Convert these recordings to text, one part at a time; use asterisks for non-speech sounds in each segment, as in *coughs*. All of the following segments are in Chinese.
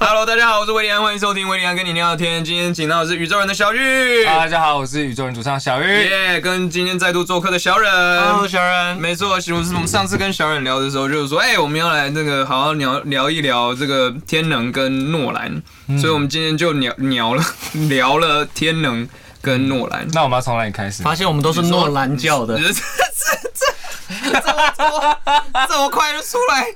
Hello，大家好，我是维利安，欢迎收听维利安跟你聊聊天。今天请到的是宇宙人的小玉，啊大家好，我是宇宙人主唱小玉。耶，跟今天再度做客的小忍。小人。没错，我们我们上次跟小忍聊的时候，就是说，哎、我们要来那个好好聊聊一聊这个天能跟诺兰，所以我们今天就聊聊了聊了天能跟诺兰。那我们要从哪里开始？发现我们都是诺兰教 *laughs* 的，这这这这这么这么这么快就出来？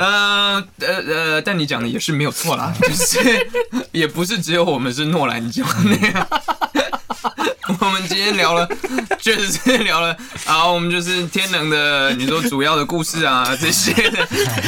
呃呃呃，但你讲的也是没有错啦， *laughs* 就是也不是只有我们是诺兰教那样。 *laughs* 我们今天聊了，确实是聊了，然后我们就是天能的，你说主要的故事啊这些的，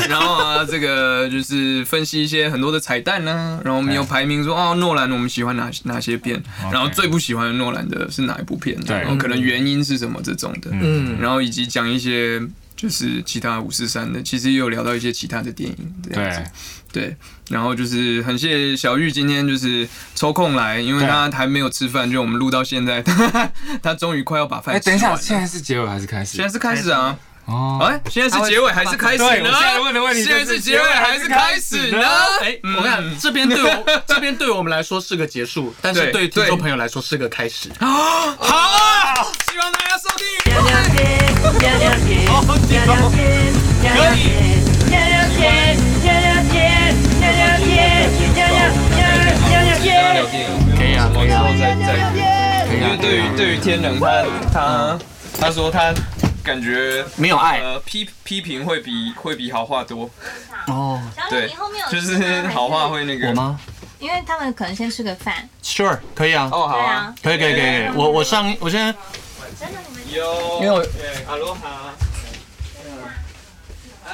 然后啊这个就是分析一些很多的彩蛋呢、然后我们有排名说哦诺兰我们喜欢哪哪些片，然后最不喜欢诺兰的是哪一部片，对然后可能原因是什么这种的，嗯，然后以及讲一些就是其他五四三的，其实也有聊到一些其他的电影，这样子对，对，然后就是很谢谢小玉今天就是抽空来，因为对她还没有吃饭，就我们录到现在， *laughs* 她她终于快要把饭哎，吃等一完了。下，现在是结尾还是开始？现在是开始啊，哦，哎，现在是结尾还是开始对，我呢现？在问的问题现在是结尾还是开始呢？ *laughs* 哎，嗯我看这边 *laughs* 对我这边对我们来说是个结束，但是对对听对众朋友来说是个开始。好啊，希望大家收听。聊电影，可以啊，可以啊，再再。因为对于对于天能他他他说他感觉没有爱呃批批评会比会比好话多，哦对， *laughs* 就是好话，会那个我？吗因为他们可能先吃个饭， ？Sure，可以啊，哦，好对啊啊，可以可以可以可以，我我上我现在真的你们有，因为我阿罗哈。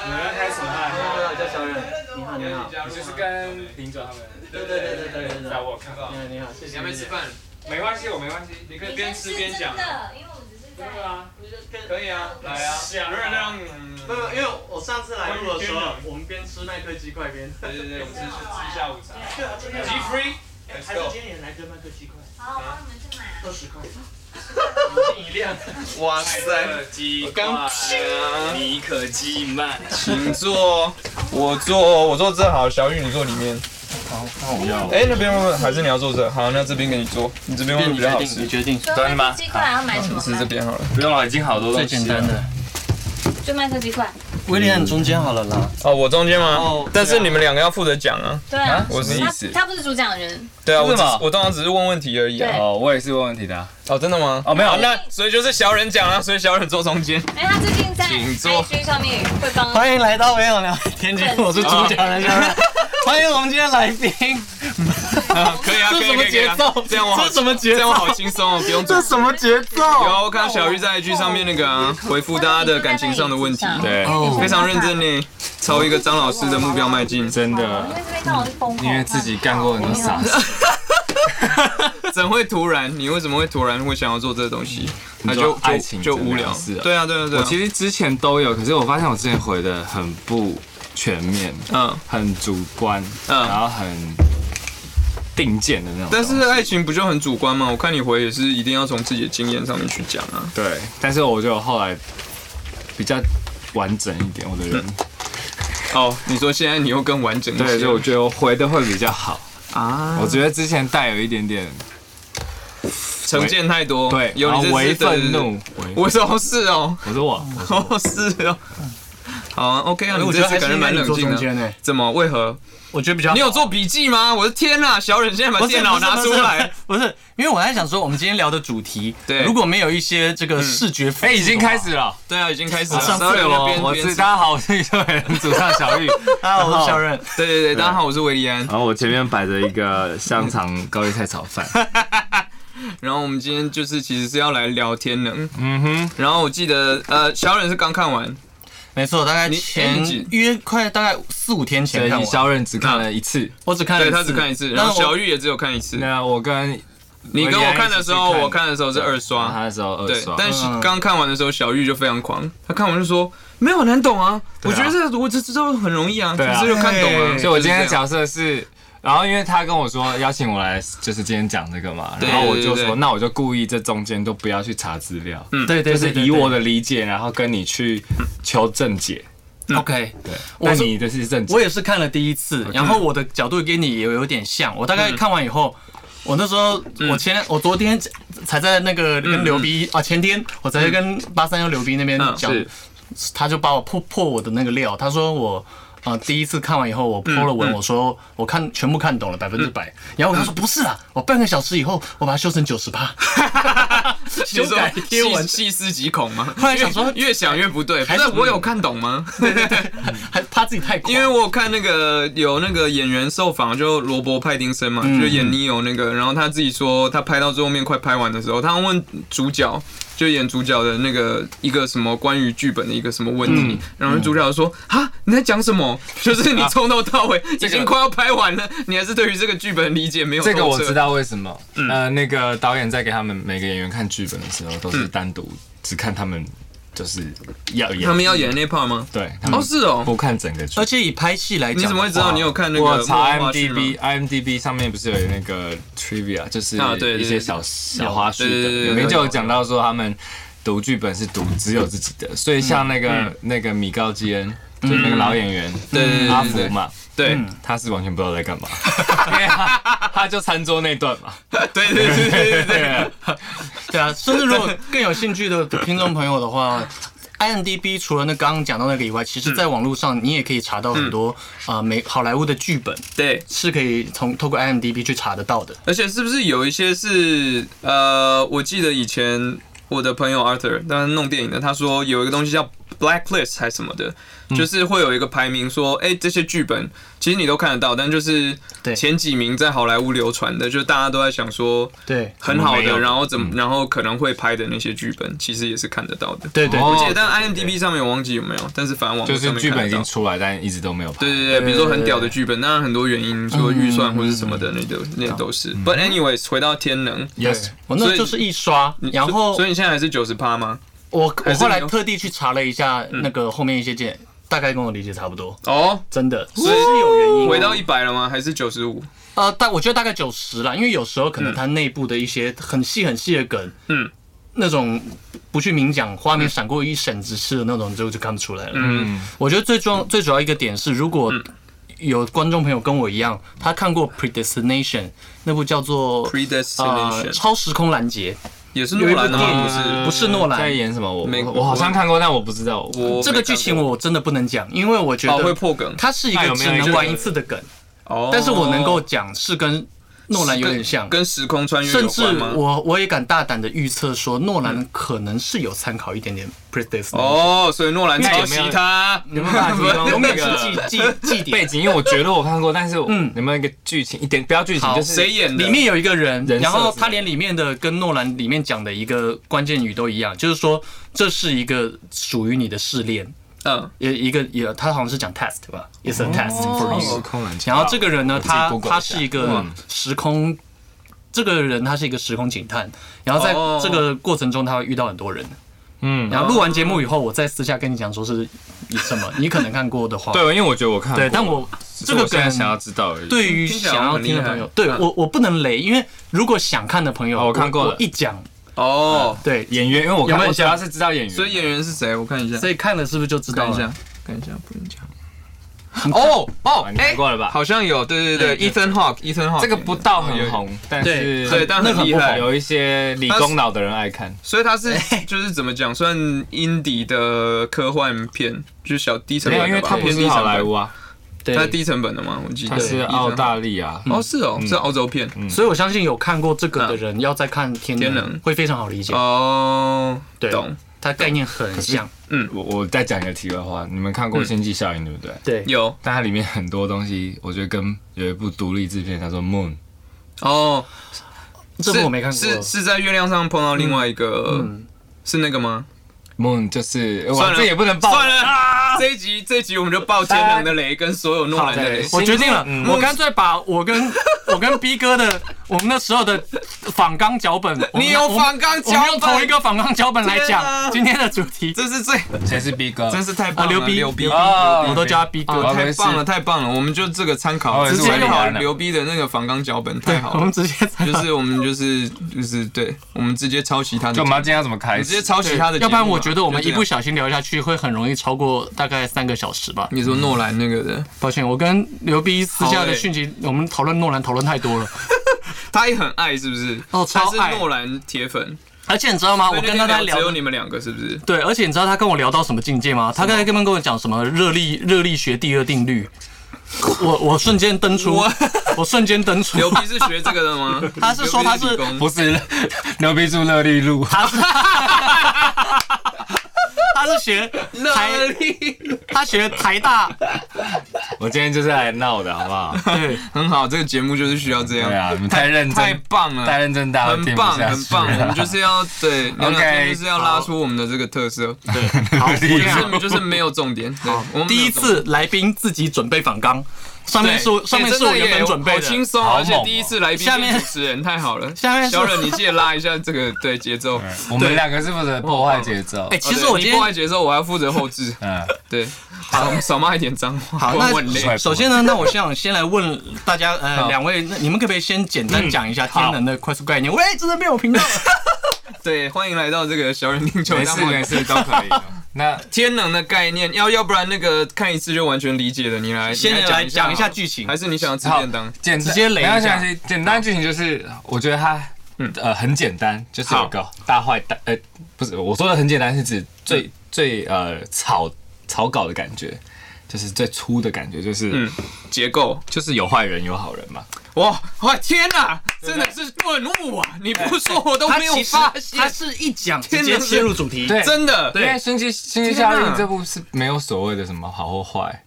你们要开始啊嗨！我叫小忍，你好你好，就是跟林总他们。对对对对对对，在我看到。你好，谢你还没吃饭？没关系，我没关系，你可以边吃边讲。的，因为我们只是在对啊，可以啊，来啊，不是让。嗯没有，因为我上次来录的时候关于天，我们边吃那颗鸡块边。对对对，我们只是去吃下午茶。对啊，今天 G free。Let's 还是 go！今天来个麦克鸡块，好，我帮你们去买啊。二十块。一辆哇塞，鸡刚你可鸡慢。请坐，我坐，我坐这好，小雨你坐里面。不要。哎，那边问问，还是你要坐这？好，那这边给你坐，你这边会比较好吃。决定，就麦克鸡块要买什么吃这吗？边好了。不用了，已经好多最东西。简单。的。就麦克鸡块。威廉中间好了啦。哦，我中间吗哦？但是你们两个要负责讲啊。对啊，我是意思他他不是主讲人，对啊，是我只吗我通常只是问问题而已啊对。哦，我也是问问题的啊。哦，真的吗？哦，没有好，，那所以就是小忍讲啊，所以小忍坐中间。 *laughs* 哎，他最近在请坐 IG 上面会帮欢迎来到微友聊 *laughs* 天节目，我是主讲人小冉。欢迎我们今天来宾，啊可以啊，可这以什可么以可以啊节奏，？这样我好这，什么节这样奏我？好轻松哦，不用做。什么节奏？有啊，我看到小玉在 IG 上面那个啊，回复大家的感情上的问题，对，哦非常认真呢，朝一个张老师的目标迈进。真因的，为这边刚好是风口，因为自己干过很多傻事。哦怎会突然？你为什么会突然会想要做这个东西？那你就说就爱情就这两无聊个字啊对啊，对啊，对我啊。其实之前都有，可是我发现我之前回的很不全面，嗯，很主观，嗯然后很定见的那种东但西。是爱情不就很主观吗？我看你回也是一定要从自己的经验上面去讲啊。对，但是我觉得我后来比较完整一点，我的人，嗯哦，你说现在你又更完整一些，对，所以我觉得我回的会比较好。啊，我觉得之前带有一点点成见太多，对，有哦然你后这为次的愤怒，为我说是哦， *laughs* 我说我，我说哦是哦，好啊，OK 啊，你我觉这得次还感觉是应该蛮你冷坐静中间欸的。呢，怎么？为何？我觉得比较好。你有做笔记吗？我的天呐，小忍现在把不是电脑拿出来，，不是不是不是，因为我在想说，我们今天聊的主题，对如果没有一些这个视觉，哎，已经开。始了。对啊，已经开始我了。上次稍微有那边哦我边是大家好，我是宇宙人主唱小玉。啊，我是小任，对对对，大家好，我是维利安。 *laughs* 然后我前面摆着一个香肠高丽菜炒饭，然后我们今天就是其实是要来聊天能。嗯哼，然后我记得呃，小忍是刚看完，没错，大概你哎前你几约快大概四五天 *laughs* 前对，看你完，小忍只看了一次。我只看了对一次，他只看一次，然后但我小玉也只有看一次。那我跟你跟我看的时候，我一样一起去看我看的时候是二然后他刷。那时候呃二对刷，，嗯但是刚看完的时候，小玉就非常狂，他看完就说没有很难懂啊，我啊觉得这我这这都很容易啊，对啊只是就看懂了。对所以我今天就的是这样角色是，然后因为他跟我说邀请我来，就是今天讲这个嘛，对然后我就对对说那我就故意这中间都不要去查资料，对对，就是对以我，的理解，然后跟你去求证解，嗯 OK，我但是你的是正经我也是看了第一次，啊然后我的角度跟你也有点像。我大嗯概看完以后，我那时候我前我昨天才在那个跟刘逼啊，前天我才在跟八三幺刘逼那边嗯讲是，他就把我破破我的那个料，他说我。啊、第一次看完以后，我 po 了嗯文，我说我看全部看懂了百分之百，然后他说不是啦，我半个小时以后我把它修成九十八， *laughs* 修你说改贴文细细思极恐吗？后来想说越越想越不对，不还是是我有看懂吗？还怕自己太狂，因为我有看那个有那个演员受访，就罗伯·派丁森嘛，就是演尼欧那个，然后他自己说他拍到最后面快拍完的时候，他问主角。就演主角的那个一个什么关于剧本的一个什么问题，然后主角说：“啊，你在讲什么？就是你从头到尾已经快要拍完了，你还是对于这个剧本理解没有嗯透彻这个我知道为什么。呃，那个导演在给他们每个演员看剧本的时候，都是嗯单独只看他们就是要演，他们要演那 part 吗？对，他们哦，是哦，不看整个剧而。且以拍戏来讲，你怎么会知道你有看那个我查幕后花絮吗 IMDB，IMDB 上面不是有那个 trivia，就是啊对对一些小小花絮对对对对的，里面就有讲到说他们读剧本是读只有自己的，所以嗯像那个那个米高基恩，就那个老演员，对对对对阿福嘛，对他是完全不知道在干嘛， *laughs* 因为他他就餐桌那段嘛， *laughs* 对对对对 *laughs* 对对，对 *laughs* 啊，甚至如果更有兴趣的听众朋友的话。IMDB 除了那刚刚讲到那个以外，其嗯实在网络上你也可以查到很多啊美好莱坞的剧本对。是可以从透过 IMDB 去查得到的。而且是不是有一些是呃，我记得以前我的朋友 Arthur，当然弄电影的，他说有一个东西叫 blacklist 还是什么的，嗯就是会有一个排名说，哎、这些剧本其实你都看得到，但就是对前几名在好莱坞流传的，就大家都在想说对很好怎么没的，有嗯然后怎么，然后可能会拍的那些剧本，其实也是看得到的。对对，哦我记得，但 IMDB 上面我忘记有没有，但是反正网就络是上面剧看本得已到经出来，但一直都没有拍。对对对，比如说很屌的剧本，当然很多原因，说预算或者什么的，嗯那都那都是。But anyways，回到天能， ，yes，我所那以嗯就是一刷，然后所以所以你哎现在还是九十趴吗？我我还是后来没有特地去查了一下嗯那个后面一些件，大概跟我理解差不多，哦，真的，所以是有原因哦的。回到一百了吗？还是九十五？呃，大我觉得大概九十啦，因为有时候可能它内部的一些很细很细的梗，嗯，那种不去明讲，画面闪过一闪即逝的那种，就就看不出来了。嗯，我觉得最重最主要一个点是，如嗯果有观众朋友跟我一样，他看过《Predestination》那部叫做 Predestination 呃超时空拦截，也是诺兰的有一部电吗？影不啊是，不是诺兰在演什么？我美国我好像看过，但我不知道。我这个剧情我真的不能讲，因为我觉哦会得破梗它是一那个有没只有一能个玩一次的梗，哦，但是我能够讲是跟诺兰有点像，跟时空穿越甚有至关吗？我我也敢大胆的预测说，诺兰可能是有参考一点点 Predestination。哦，所以诺兰抄有没袭有他，有没有办法提供永那远是个记记记背点。景？因为我觉得我看过，但是嗯，有没有一个剧情？一点不要剧情，好就是谁演的？里面有一个人，人设然后之类他连里面的跟诺兰里面讲的一个关键语都一样，就是说这是一个属于你的试炼，嗯，也一个也他好像是讲 test 吧，it's a test for 哦 you。时空拦截然后这个人呢，自己他 Google 他一下是一个时空，这个人他是一个时空警探，然后在哦这个过程中他会遇到很多人。嗯，然后录完节目以后，我再私下跟你讲说是什么，你可能看过的话，对，因为我觉得我看过对，但我只这是个我现在梗想要知道而已。对于听起来想要很厉听的害朋友，对嗯我我不能雷，因为如果想看的朋友，哦我看过了我一讲，哦，对，演员，因为我有没看有我主要像是知道演员，所以演员是谁？我看一下，所以看了是不是就知道看一了下？，看一下，不能讲。哦哦啊，你看过了吧好像有，对对对，Ethan Hawke，Ethan Hawke 这个不到很红，但是对，但那个很很厉不害红。有一些理工脑的人爱看。所以它是就是怎么讲，算 indie 的科幻片，就是小低成没本有，的因为吧他不偏是低好成莱坞本，啊，对，它低成本的嘛，我记得他是澳。大利亚。哦，是哦，是澳洲片所以我相信有看过这个的人，要再看《天天能能》会非常好理解，哦，对懂，它概念很像，我我再讲一个题外话，你们看过《嗯星际效应》对不对？对，有但它里面很多东西，我觉得跟有一部独立制片叫做《Moon》，哦，这是部我没看过，是是在月亮上碰到另外一个，是那个吗？ Moon 就是算哇，了这也不能爆。算了，这一集这一集我们就爆天能的雷跟所有诺兰的雷，我决定了，嗯我干脆把我跟我跟逼哥的我们那时候的仿纲脚本，我们你有仿纲我脚们本？用同一个仿纲脚本来天啊讲今天的主题，这是最，谁是 B 哥？真是太棒了，啊刘逼逼刘逼啊我都叫他逼好哥。太棒了，太棒了！我们就这个参考，哦直接是用我好也玩刘逼的那个仿纲脚本，太对，好 *laughs* 我了们。直接就是我们就是就是对，我们直接抄袭他的就节我目，们要今天要怎么开你直接始？抄袭他的节目啊。要不然我觉得我们就这一样不小心聊下去会很容易超过大概三个小时吧。你说诺兰那个的，抱歉，我跟刘逼私下好欸的讯息，我们讨论诺兰讨论太 *laughs* 多了。他也很爱是不是？哦超爱他是诺兰铁粉。而且你知道吗？我所以那跟天他在聊聊只有你们两个是不是？对，而且你知道他跟我聊到什么境界吗？他刚才根本跟我讲什么热力热力学第二定律，我我瞬间登出我，我瞬间登出。刘逼是学这个的吗？ *laughs* 他是说他是刘逼理工不是 *laughs* 牛逼住乐力路， *laughs* 他是学 *laughs* 台，乐力，他学台大， *laughs* 我今天就是来闹的，好不好？对，很好，这个节目就是需要这样。对啊，你们太认太真，棒了，太认真，大家都很听不棒，下去啊很棒，我们就是要 *laughs* 对聊聊天，就是要拉出我们的这个特色，好，就是我就是没有重点。对，我们没有重点啊第一次来宾自己准备反纲，上面是我对上面哎是真我的原耶本准备好轻的，松，好而且猛哦第一次来宾下是面主持人，太好了。下面是嗯小忍，你记得拉一下这个对节奏。 *laughs* 我们两个是负责破坏节 *laughs* 奏。哎，。其实我哦对今你破坏天节奏，我还要负责后置嗯，对， *laughs* 少少骂一点脏话，好我那我很累。*laughs* 首先呢，那我想先来问大家，呃，好嗯两位，那你们可不可以先简单讲一下天能的快速概念？喂，真的变我频道了。对，欢迎来到这个小忍听球。没事没事都可 *laughs* 以。那天能的概念，要要不然那个看一次就完全理解 *laughs* 的，你来先你来讲讲一下好了剧情还是你想要吃好便当？简直接雷一没下嗯有关系简单剧情就是，我觉得它呃很简单，就是有个大坏蛋，呃不是我说的很简单，是指嗯最最呃草草稿的感觉，就是最粗的感觉，就是嗯，结构就是有坏人有好人嘛。哇哇天哪，真的是顿悟啊！你不说我都没有发他现，是一讲直天接哪切入主题，对，真的因为《星际星际天效哪应》这部是没有所谓的什么好或坏，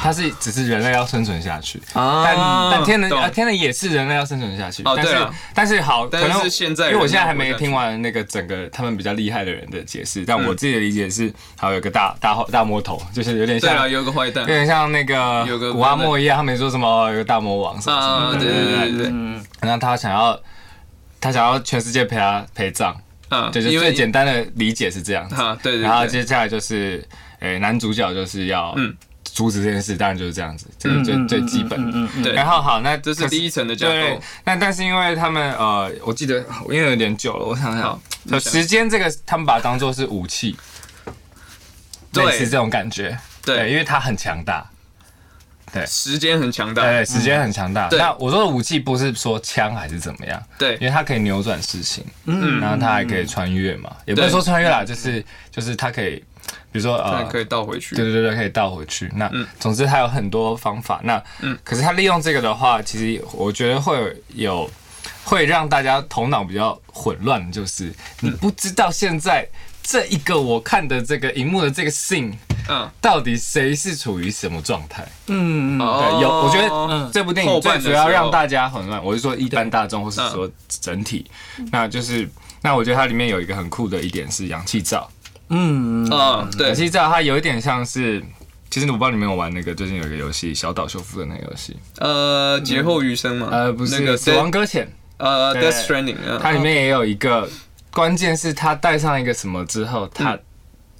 它是只是人类要生存下去。啊但但天能懂啊，天能也是人类要生存下去。哦但是对啊但是好，可但是能现在人因为我现在还没要活下去嗯听完那个整个他们比较厉害的人的解释，但我自己的理解是，还有一个大大大魔头，就是有点对啊像了，有个坏蛋有。点像那个有个古阿莫一样，他们说什么有个大魔王什么什么啊，的，对对对对对，然后他想要他想要全世界陪他陪葬。啊，就是因为最简单的理解是这样子。啊，对对对，然后接下来就是，诶、男主角就是要嗯阻止这件事，当然就是这样子，这是最、嗯最基本的。嗯嗯对 *laughs* 然后好，那这是第一层的架对构，，那但是因为他们呃，我记得因为有点久了，我想想好，就时间这个他们把它当做是武器，对类似这种感觉，对因为它很强大，时间很强大，对，时间很强大。啊对那我说的武器不是说枪还是怎么样，因对为它可以扭转事情，嗯，然后它还可以穿越嘛，也不对能说穿越啦，就是就是它可以，比如说那呃，可以倒回去对，对对，可以倒回去。那、嗯总之它有很多方法。那可是它利用这个的话，其实我觉得会有会让大家头脑比较混乱，就是你不知道现在这一个我看的这个荧幕的这个 scene 嗯，到底谁是处于什么状态。嗯嗯，哦对，有，我觉得嗯这部电影后半最的主要时候嗯让大家混乱，我是说一般大众，或是说整体，那就是。那我觉得它里面有一个很酷的一点是氧气罩，嗯，嗯，对氧，气罩它有一点像是，其实我不知道你们有玩那个最近有一个游戏《小岛修复》的那个游戏，呃，劫后余生嘛，呃，不那是个《死亡 Death- 搁浅》，呃对，Death Stranding，嗯它里面也有一个，关键是它戴上一个什么之后，它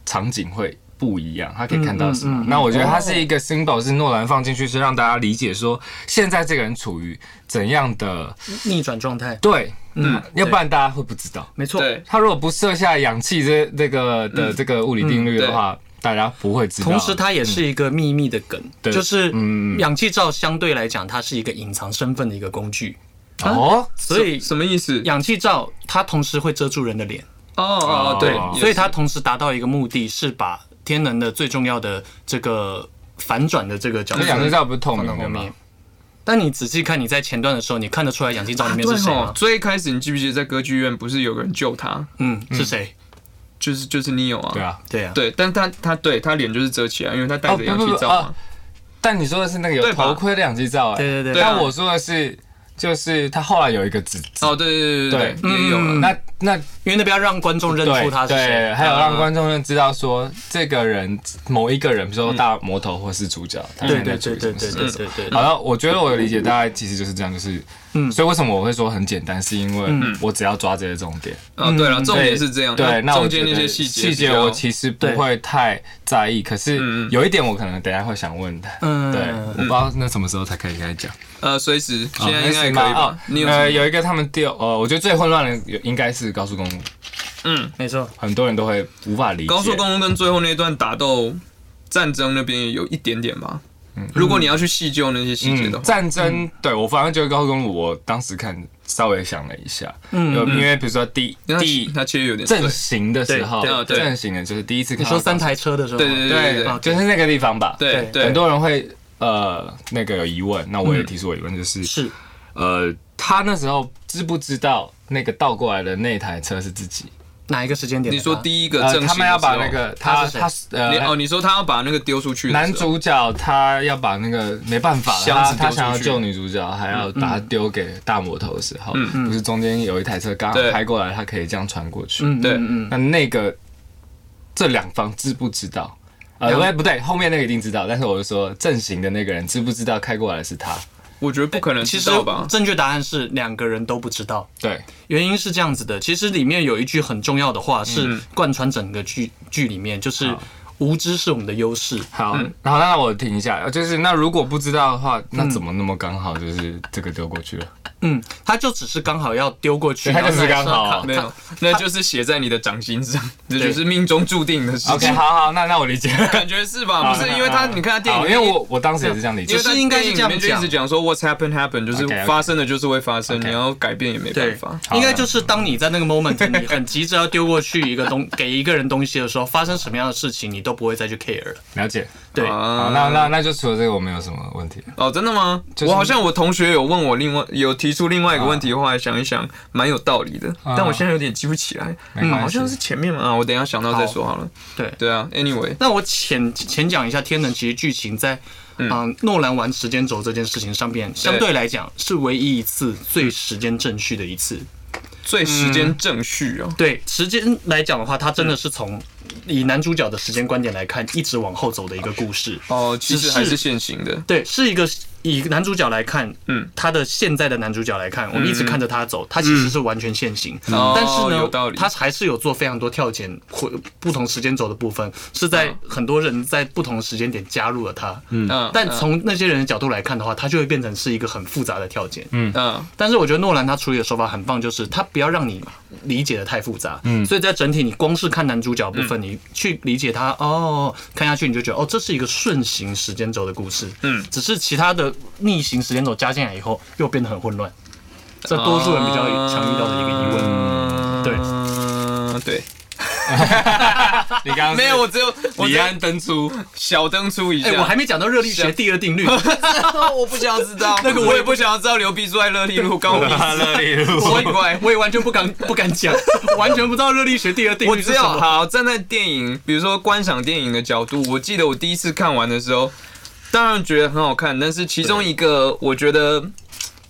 场景会不一样，它可以看到什么。那我觉得它是一个 symbol，是诺兰放进去，是让大家理解说现在这个人处于怎样的逆转状态，对，嗯，要不然大家会不知道。没错，对，他如果不设下氧气这这个的这个物理定律的话，大家不会知道。同时，它也是一个秘密的梗，对就是嗯嗯氧气罩相对来讲，它是一个隐藏身份的一个工具，哦，所以什么意思？氧气罩它同时会遮住人的脸，哦哦，对哦，也所以是它同时达到一个目的，是把天能的最重要的这个反转的这个角嗯那氧气色罩不是透放到明后的吗哦面？。但你仔细看，你在前段的时候，你看得出来氧气罩里面对是谁啊哦吗，？最一开始你记不记得在歌剧院不是有个人救他？嗯，是谁？就是就是 Neo 啊，对，啊，对啊，对，但他他对他脸就是遮起来，因为他戴哦着不氧不气不罩啊嘛。！但你说的是那个有对吧头盔的氧气罩，哎，对对对对啊但我说的是就是他后来有一个子子，哦，对对对对对嗯也有啊了。那那因为那边要让观众认对出他是对，谁。嗯还有让观众认知道说这个人某一个人，比如说大魔头或是主角，他对现对在处对于什对么对事对对对好了，我觉得我的理解大概其实就是这样，就是，嗯，所以为什么我会说很简单，是因嗯为我只要抓这些重点，哦，对了，重嗯对点是这样，对，那我中间觉那些得细节细比节较我其实不对会太在意，可是嗯有一点我可能等一下会想问他，嗯对，我不知道那什么时候才可以开始讲，呃，随时现在应该也可以哦吧？你有呃什么有一个他们丢，呃，我觉得最混乱的有应该是高速公路，嗯，没错，很多人都会无法理解，高速公路跟最后那段打斗战争那边也有一点点吧。如果你要去细究那些细节的话，嗯，战争，对我反而觉得高速公路，我当时看稍微想了一下，嗯，因为比如说第那第它其实有点碎阵型的时候对对，对阵型的就是第一次看你到说三台车的时候，对对对对对，就是那个地方吧，对对对，很多人会呃那个有疑问，那我也提出我疑问，嗯就是、是呃他那时候知不知道那个倒过来的那台车是自己？哪一个时间点的你他？说第一个呃，正他形们的要时候把那个他他是谁他你哦，呃。你说他要把那个丢出去的时候，男主角他要把那个没办法了，箱他子丢出去他想要救女主角，还要把她丢给大魔头的时候，嗯不是中间有一台车刚好对开过来，他可以这样穿过去。嗯，对嗯嗯那那个这两方知不知道？呃，不对不对，后面那个一定知道，但是我就说正行的那个人知不知道开过来的是他？我觉得不可能其知实道吧？正确答案是两个人都不知道。对，原因是这样子的，其实里面有一句很重要的嗯话是贯穿整个剧剧里面，就是无知是我们的优势。好，嗯然后那我停一下，呃就是那如果不知道的话，那怎么那么刚好就是这个丢过去了？嗯，他就只是刚好要丢过对去，他就是然后那台车刚好卡没有，那就是写在你的掌心上，这就是命中注定的事 OK，情，好好，那那我理解了。感觉是吧？不是因为他，你看他电啊好影，因为我我当时也是这样理解因为。他只是应该是这样电影里面就一直讲说 what's happened happened，就是 OK，OK 发生的就是会发生， OK 你要改变也没对办法。，好应该就是当你在那个 *laughs* moment 你很急着要丢过去一个东给一个人东西的时候，发生什么样的事情你都不会再去 care 了。了解。对，好，啊那那那就除了这个，我没有什么问题。哦，真的吗？是我好像我同学有问我另外有提出另外一个问题，后来想一想，蛮有道理的，但我现在有点记不起来，啊嗯没关系好像是前面嘛，啊我等一下想到再说好了。对对啊，anyway，那我浅浅讲一下《天能》其实剧情在，嗯、诺兰玩时间轴这件事情上面，相对来讲是唯一一次最时间正序的一次。最时嗯间正序哦，对时间来讲的话，它真的是从以男主角的时间观点来看，一直往后走的一个故事。哦，其只实是还是现行的，对，是一个以男主角来看，嗯，他的现在的男主角来看，我们一直看着他走，他其实是完全现行，哦但是有呢道理，他还是有做非常多跳剪或不同时间轴的部分，是在很多人在不同的时间点加入了他，嗯，嗯，但从那些人的角度来看的话，他就会变成是一个很复杂的跳剪，嗯，嗯但是我觉得诺兰他处理的手法很棒，就是他不要让你理解的太复杂，嗯，所以在整体你光是看男主角部分，嗯你去理解他哦，看下去你就觉得哦，这是一个顺行时间轴的故事，嗯，只是其他的逆行时间轴加进来以后又变得很混啊乱，这多数人比较常遇到的一个疑问，嗯，对嗯，对，你刚刚没有，我只有我只啊李有安登 *laughs* 出，小登出一哎、下，我还没讲到热力学第二定律，啊我不想要知道， *laughs* 那个我我也也不想要知道刘必住在乐利 *laughs* 路高比。乐力路 *laughs* 奇怪， *laughs* 我也完全不敢不 *laughs* 敢讲，我完全不知道热力学第二定我律只是什有么。好站在电影，比如说观赏电影的角度，我记得我第一次看完的时候，当然觉得很好看，但是其中一个我觉得嘖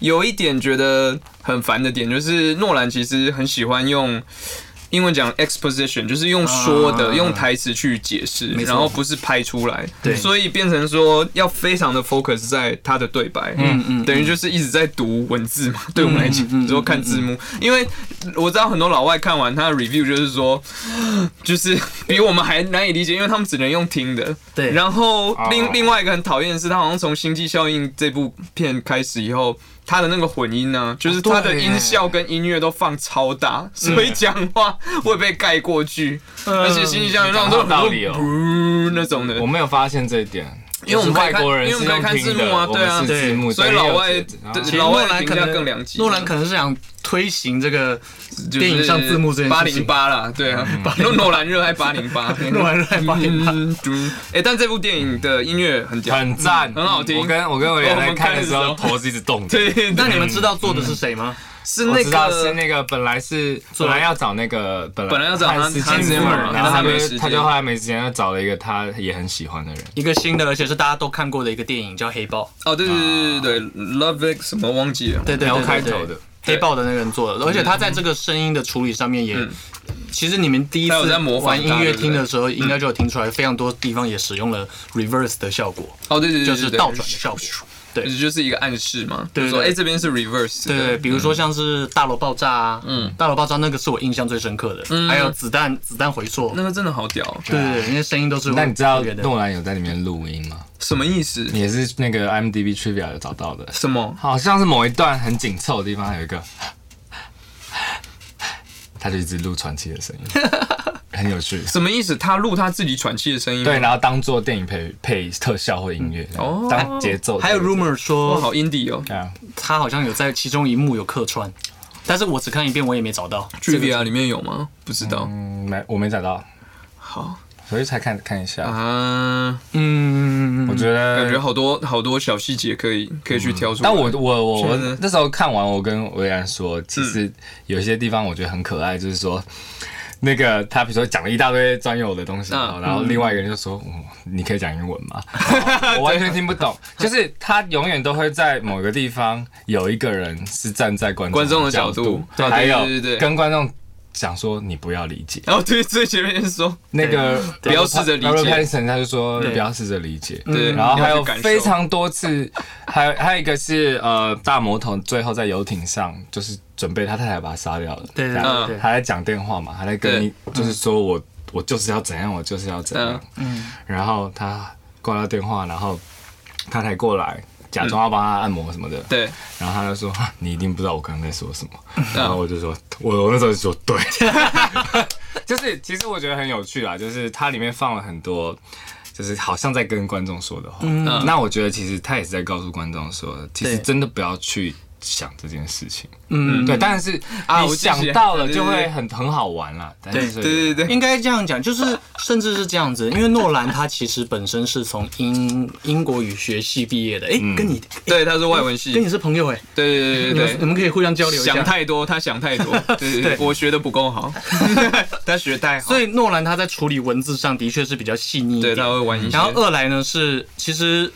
有一点觉得很烦的点，就是诺兰其实很喜欢用。英文讲 exposition 就是用说的，啊用台词去解释，没错然后不是拍出来，对所以变成说要非常的 focus 在他的对白，嗯嗯，等于就是一直在读文字嘛，对我们来嗯讲，你说看字幕，因为我知道很多老外看完他的 review 就是说，就是 *laughs* 比我们还难以理解，因为他们只能用听的。对然后哦另另外一个很讨厌的是，他好像从《星际效应》这部片开始以后，他的那个混音呢、哦就是他的对耶音效跟音乐都放超大，嗯所以讲话 *laughs* 会被盖过去。而且《星际效应》那种都讲嗯到道理哦很那种的，我没有发现这一点，因为我们就是可以外看国人因为是我们可以看用听字幕的，啊我对啊们是字幕，所以老外对也有对解老外诺兰可评能价更两极诺兰可能是想推行这个电影上字幕这件八事零情。八啦，对啊，嗯 *laughs* 诺诺兰热爱八零八， *laughs* 诺兰热爱808嗯。嗯哎，但这部电影的音乐很屌，很赞，嗯很好听我跟我跟我原我来们看看的的时时候候头是一直动 *laughs* 的，对，那你们知道做的是谁吗？是我那知道是个那个本来是本来要找那个本来本来要找他汉斯他季默 Zimmer，然后但他他没就时间嗯他就后来没时间，就找了一个他也很喜欢的人。一个新的，而且是大家都看过的一个电影，叫《黑豹》。哦，对对对对对，Love X 什么忘记了，对对 L 对开对头对的黑豹的那个人做的，而且他在这个声音的处理上面也，其实你们第一他有次在模仿玩他音乐对不听对的时候，应该就有听出来，非常多地方也使用了 reverse 的效果，哦对对对，就对是对倒转的效果。对这就是一个暗示嘛，对就说对哎这边是 reverse，对的对，比如说像是大楼爆炸啊，嗯，大楼爆炸那个是我印象最深刻的，还有子弹子弹回溯，那个真的好屌，哦对对对，那些声音都是那你知道特别的诺兰有在里面录音吗？什么意思？也是那个 m d b trivia 有找到的，什么？好像是某一段很紧凑的地方还有一个，他就一直录传奇的声音，很有趣。什么意思？他录他自己喘气的声音吗，对，然后当做电影配配特效或音乐，哦当节奏。还有对 rumor 哇，说好 indie 哦对啊，他好像有在其中一幕有客串，但是我只看一遍，我也没找到。 ，trivia 里面有吗？不知道。嗯，没我没找到，好所以才看看一下。啊，嗯，我觉得感觉好多好多小细节可以可以去挑出来。嗯但我我我确实嗯我那时候看完，我跟维然说，其实有些地方我觉得很可爱，就是说。那个他比如说讲了一大堆专有的东西，嗯然后另外一个人就说：“哦你可以讲英文 *laughs* 吗？”哦我完全听不懂。就是他永远都会在某个地方有一个人是站在观观众的角角度啊对还有对对对对跟观众讲说你不要理解然后哦对最前面是说，那个，不要试着理解 Robert Pattinson 他就说不要试着理解，嗯对，然后还要有去感受非常多次， *laughs* 还有还有一个是呃，大魔头最后在游艇上，就是准备他太太把他杀掉了。对对这样对对他在讲电话嘛，他在跟你就是说我我就是要怎样，我就是要怎样。嗯然后他挂掉电话，然后他才过来，假装要帮他按摩什么的。对，然后他就说 *laughs* 啊你一定不知道我刚刚在说什么。然后我就说，我我那时候就说对，就是其实我觉得很有趣啦，就是它里面放了很多。就是好像在跟观众说的话，那我觉得其实他也是在告诉观众说，其实对真的不要去想这件事情，嗯，对，但是啊我你记起来想到了对对就对会很很好玩啦，但是对对对对，应该这样讲，就是甚至是这样子，因为诺兰他其实本身是从英英国语学系毕业的，哎、跟你对，他是外文系，跟对你是朋友哎、对对嗯你对们你对们可以互相交流对，一下。想太多，他想太多， *laughs* 对对对，我学的不够好， *laughs* 他学太好，所以诺兰他在处理文字上的确是比较细腻一对点。他会玩一些然，后二来呢是，其实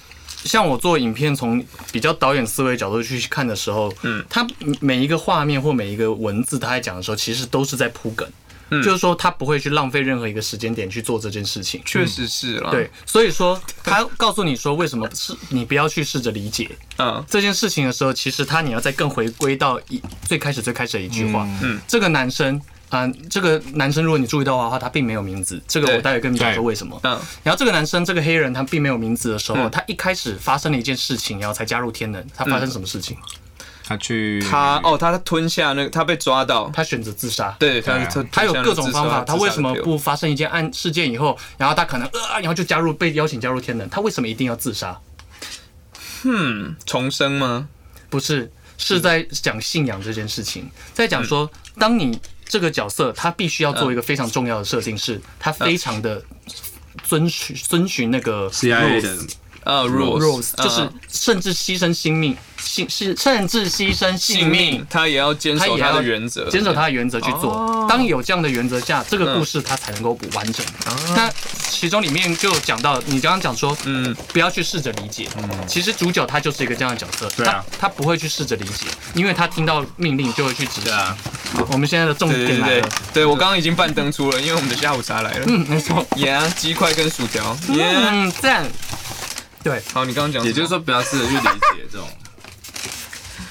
像我做影片，从比较导演思维角度去看的时候，嗯，他每一个画面或每一个文字他在讲的时候，其实都是在铺梗，嗯就是说他不会去浪费任何一个时间点去做这件事情。确实是啦，对，，所以说他告诉你说为什么是你不要去试着理解嗯，这件事情的时候，其实他你要再更回归到一最开始最开始的一句话，嗯，这个男生。啊、这个男生，如果你注意到的话，他并没有名字。这个对我待会跟你讲说对为什么。嗯然后这个男生，这个黑人，他并没有名字的时候，他一开始发生了一件事情，然后才加入天能。他发生什么事情？嗯他去他哦，他吞下那个，他被抓到，他选择自杀。对，对他啊他他有各种方法，自杀他为什么？自杀的不发生一件案事件以后，然后他可能呃，然后就加入被邀请加入天能，他为什么一定要自杀？嗯重生吗？不是，是在讲信仰这件事情，在讲说，当你这个角色他必须要做一个非常重要的设定，是他非常的遵循遵循那个 CIA 的呃 r o s e rules，就是甚至牺牲性命，性是甚至牺牲性性命命，。他也要坚他守也他要的原则，坚守他的原则去哦做。当有这样的原则下，这个故嗯事它才能够完整。哦那其中里面就讲到，你刚刚讲说，嗯，不要去试着理解。嗯其实主角他就是一个这样的角色，对啊他他不会去试着理解，因为他听到命令就会去执行。我们现在的重啊对对点来对了对，，对我刚刚已经半登出了，因为我们的下午茶来了。嗯，没错， yeah,，鸡块跟薯条。Yeah，嗯，赞。对，好，你刚刚讲什么，也就是说不要试着去理解这种。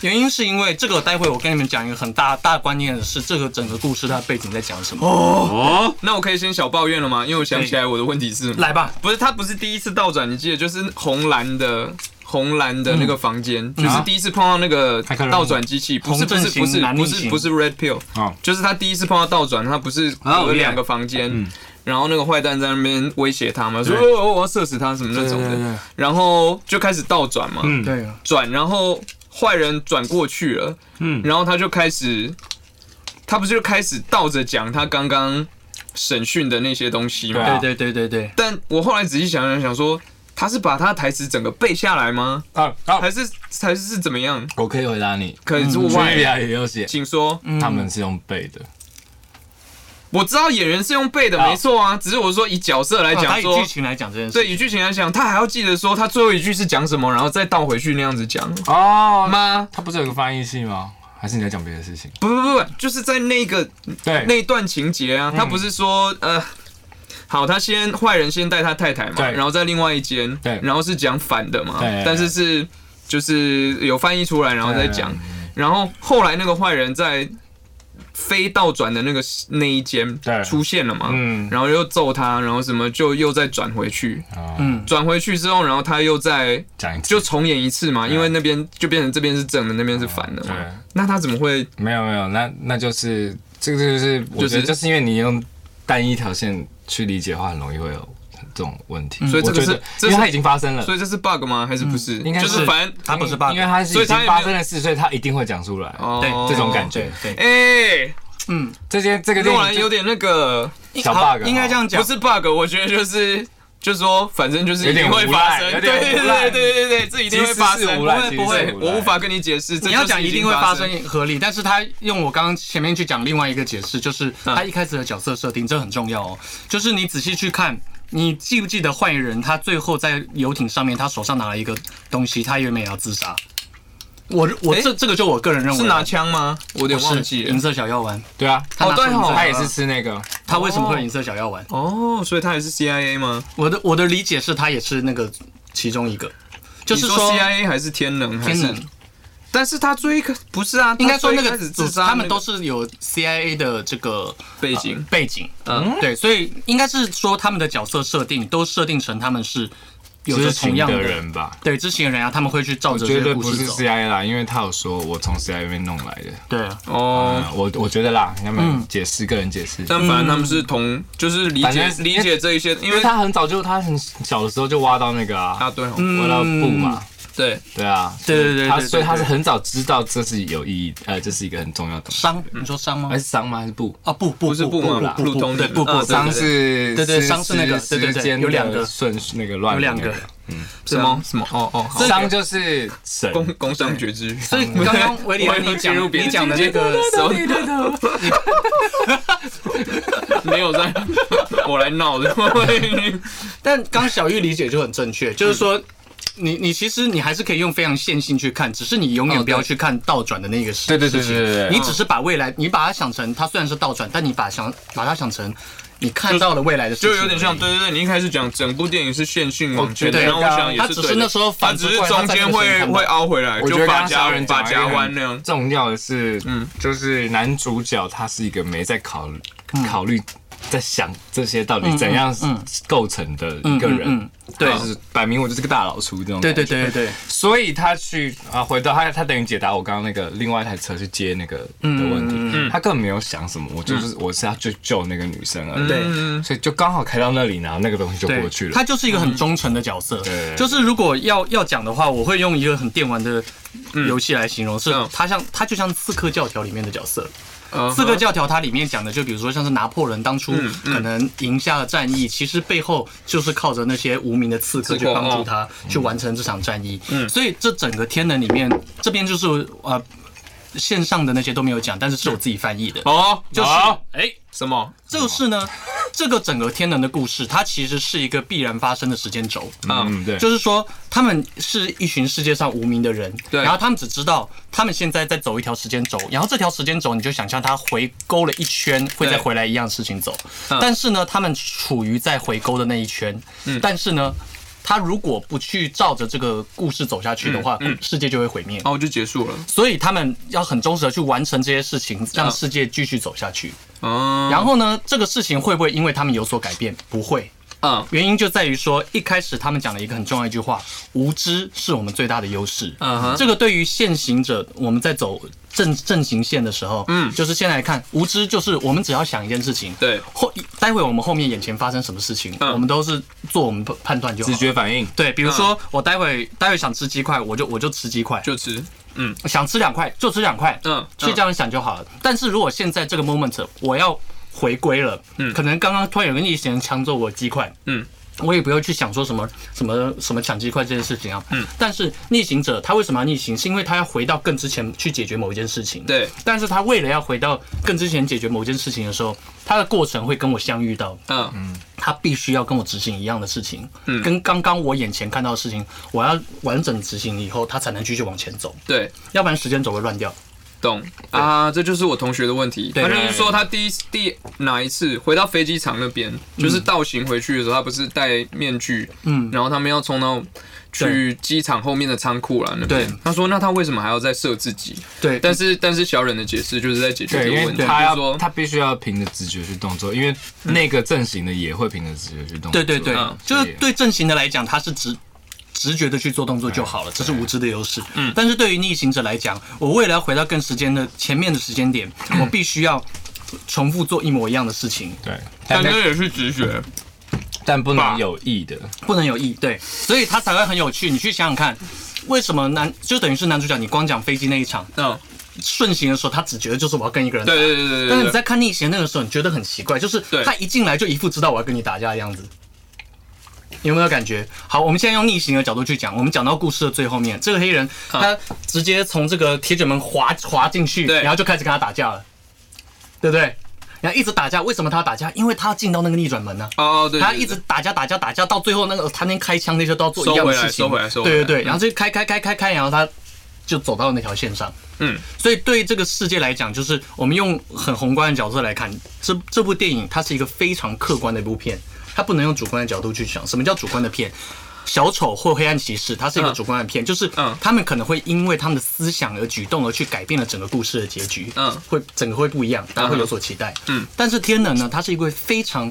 原因是因为这个，待会我跟你们讲一个很大大观念的是，这个整个故事它的背景在讲什么。哦，那我可以先小抱怨了吗？因为我想起来我的问题是什么，来吧，不是他不是第一次倒转，你记得就是红蓝的。红蓝的那个房间，就是第一次碰到那个太克隆倒转机器，不是红不阵是型不是蓝不逆是型不是 red pill，哦就是他第一次碰到倒转，他不是啊有我一样两个房间，然后那个坏蛋在那边威胁他嘛，说哦哦我要射死他什么那种对对对的，然后就开始倒转嘛，嗯对，啊转，然后坏人转过去了，嗯，然后他就开始，他不是就开始倒着讲他刚刚审讯的那些东西对吗？啊对对对对对，但我后来仔细想想，想说。他是把他的台词整个背下来吗？啊啊还！是还是是怎么样？我可以回答你，可是叙利 why？亚也有写，请说。他们是用背的。我知道演员是用背的，好没错啊，只是我说以角色来哦啊他讲以说剧。情来讲这件事，对，以剧情来讲，他还要记得说他最后一句是讲什么，然后再倒回去那样子讲哦吗？他不是有个翻译系吗？还是你在讲别的事情？不不不，不就是在那个对，那一段情节嗯啊，他不是说呃，好，他先坏人先带他太太嘛，对然后在另外一间，对然后是讲反的嘛对对，对但是是就是有翻译出来，然后再讲对，然后后来那个坏人在非倒转的那个那一间对出现了嘛，嗯然后又揍他，然后什么就又再转回去，嗯，嗯，转回去之后，然后他又再讲一次就重演一次嘛，因为那边就变成这边是正的，那边是反的嘛对，那他怎么会没有没有，那那就是这个就是我觉得就是因为你用单一条线去理解的话，很容易会有这种问题。所以这个我觉是得这是因为它已经发生了，所以这是 bug 吗？还是不是？嗯应该就是反正嗯他不是 bug 因为它是所已以它也没经有发生的事，所以它一定会讲出来。哦对这种感觉对对，哎，嗯，这些这个电诺影兰有点那个，就小 bug，哦应该这样讲啊不，是 bug，我觉得就是。就是说，反正就是有一点定会发生，无赖有对点对无对赖对对对对，这一定会发其实生，是不无会赖不其会实是，无赖我无法跟你解释。这你要就是讲一已经定会发发生合理，但是他用我刚刚前面去讲另外一个解释，就是嗯他一开始的角色设定，这很重要哦。就是你仔细去看，你记不记得坏人他最后在游艇上面，他手上拿了一个东西，他原本也要自杀。我我诶这这个就我个人认为哎啊是拿枪吗？我有点忘记银了。色小药丸，对啊，他拿出哦对银色哦小药它丸也是吃那个他为什么会有银色小药丸？哦，所以他也是 CIA 吗？我的我的理解是，他也是那个其中一个，就就是说 CIA 还是天能？还天是能。但是他最一开不是啊，应该说那他最个一开始组自织，杀那个他们都是有 CIA 的这个背景呃背景，嗯嗯，对，所以应该是说他们的角色设定都设定成他们是有着知同情样的人吧？对知情的人啊，他们会去照着绝这对个不故是事走， CIA 啦，因为他有说我从 CIA 那边弄来的。对，哦，嗯，我我觉得啦，他们嗯解释个人解释，但反正他们是同，就是理反解正理解这一些，因因为为他很早就他很小的时候就挖到那个啊，啊对哦挖到布嘛，对，对啊，嗯对对对对他对所以他是对很早知道这是有意义，呃，这是一个很重要的东西。伤，你说伤吗还？是伤吗？还是布？啊不不不是布嘛不普不通不的哦对不啊不对伤是对对是伤是那个时对对对时间的有两个顺序那个乱有的两那个，什么什么哦哦，好伤就是神，工工商觉知，所以刚刚维里安 *laughs* 我你又进入讲别的你讲的那个什么 *laughs* 没有在，我来闹 *laughs* 的。但刚小玉理解就很正嗯确，就是说。你你其实你还是可以用非常线性去看，只是你永远不要去看倒转的那个事。哦对对对事情对对对哦你只是把未来，你把它想成它虽然是倒转，但你把想把它想成你看到了未来的事情就而已，有点像，对对对，你一开始讲整部电影是线性往前，哦对啊然后我想也他是只对是的那时候它反只着是过来中间会会凹回来，我觉就得刚法刚家小人人法把家湾那样。重要的是，嗯嗯，就是男主角他是一个没在考虑、考虑，在想这些到底怎样嗯嗯构成的一个人，嗯嗯嗯对就是摆明我就是个大老粗这种。对对，对对对，所以他去啊，回到他，他等于解答我刚刚那个另外一台车去接那个的问题，嗯他根本没有想什么，我就是我是要去救那个女生而已，对嗯，所以就刚好开到那里，然后那个东西就对过去了。嗯他就是一个很忠诚的角色对。就是如果要要讲的话，我会用一个很电玩的游戏来形容，是嗯他像他就像《刺客教条》里面的角色。嗯刺客教条它里面讲的，就比如说像是拿破仑当初嗯嗯可能赢下了战役，其实背后就是靠着那些无名的刺客去帮啊助他嗯去完成这场战役。所以这整个天能里面，这边就是呃线上的那些都没有讲，但是是我自己翻译的。哦，就是好哎，什么？就是呢，这个整个天能的故事，它其实是一个必然发生的时间轴。啊嗯，对，就是说，他们是一群世界上无名的人，对然后他们只知道他们现在在走一条时间轴，然后这条时间轴你就想象它回勾了一圈，会再回来一样事情走。但是呢，他们处于在回勾的那一圈，但是呢，他如果不去照着这个故事走下去的话，世界就会毁灭。哦，就结束了。所以他们要很忠实的去完成这些事情，让世界继续走下去。嗯然后呢，这个事情会不会因为他们有所改变？不会，嗯原因就在于说，一开始他们讲了一个很重要的一句话：无知是我们最大的优势。嗯哼这个对于现行者，我们在走正正行线的时候，嗯，就是先来看无知，就是我们只要想一件事情，对后待会我们后面眼前发生什么事情，嗯我们都是做我们判判断就好直。觉反应，对，比嗯如说我待会待会想吃鸡块，我就我就吃鸡块，就吃。想吃两块就吃两块，嗯去这样想就好了。但是如果现在这个 moment 我要回归了，可能刚刚突然有个逆行抢走我鸡块，嗯，我也不会去想说什么什么什么抢鸡块这件事情啊。嗯。但是逆行者他为什么要逆行？是因为他要回到更之前去解决某一件事情。。对，但是他为了要回到更之前解决某件事情的时候，他的过程会跟我相遇到，嗯，他必须要跟我执行一样的事情，嗯跟刚刚我眼前看到的事情，我要完整执行以后，他才能继续往前走，对，要不然时间走会乱掉。懂啊，这就是我同学的问题。对他就对是对说，他第一第哪一次回到飞机场那边，就是倒行回去的时候，他不是戴面具，嗯然后他们要冲到去机场后面的仓库了那边对。他说，那他为什么还要再射自己？对，但是但是小忍的解释就是在解决对，这因个为问题，他就是要说他必须要凭着直觉去动作，因为那个阵型的也会凭着直觉去动作。对对对嗯，就是对正行的来讲，他是直直觉的去做动作就好了，这是无知的优势。嗯，但是对于逆行者来讲，我为了要回到更时间的前面的时间点，我必须要重复做一模一样的事情，对，但感觉也是直觉，但不能吧有意的，不能有异，对，所以他才会很有趣。你去想想看。为什么男就等于是男主角？你光讲飞机那一场嗯，顺行的时候，他只觉得就是我要跟一个人打对对对对但是对你对，在看逆行那个时候，你觉得很奇怪，就是对他一进来就一副知道我要跟你打架的样子，有没有感觉？好，我们现在用逆行的角度去讲，我们讲到故事的最后面，这个黑人他直接从这个铁卷门滑滑进去，对然后就开始跟他打架了，对不对？然后一直打架，为什么他要打架？因为他要进到那个逆转门啊呢、哦对，对他一直打架打架打架，到最后那个他连开枪那些都要做一样的事情，收回来收回来收回来对对对，然后就开开开开开，然后他就走到那条线上。嗯，所以对这个世界来讲，就是我们用很宏观的角度来看，这这部电影它是一个非常客观的一部片，它不能用主观的角度去想。什么叫主观的片？小丑或黑暗骑士，它是一个嗯主观的片，就是嗯他们可能会因为他们的思想而举动而去改变了整个故事的结局，嗯会整个会不一样，大家会有所期待。嗯，但是天能呢，它是一个非常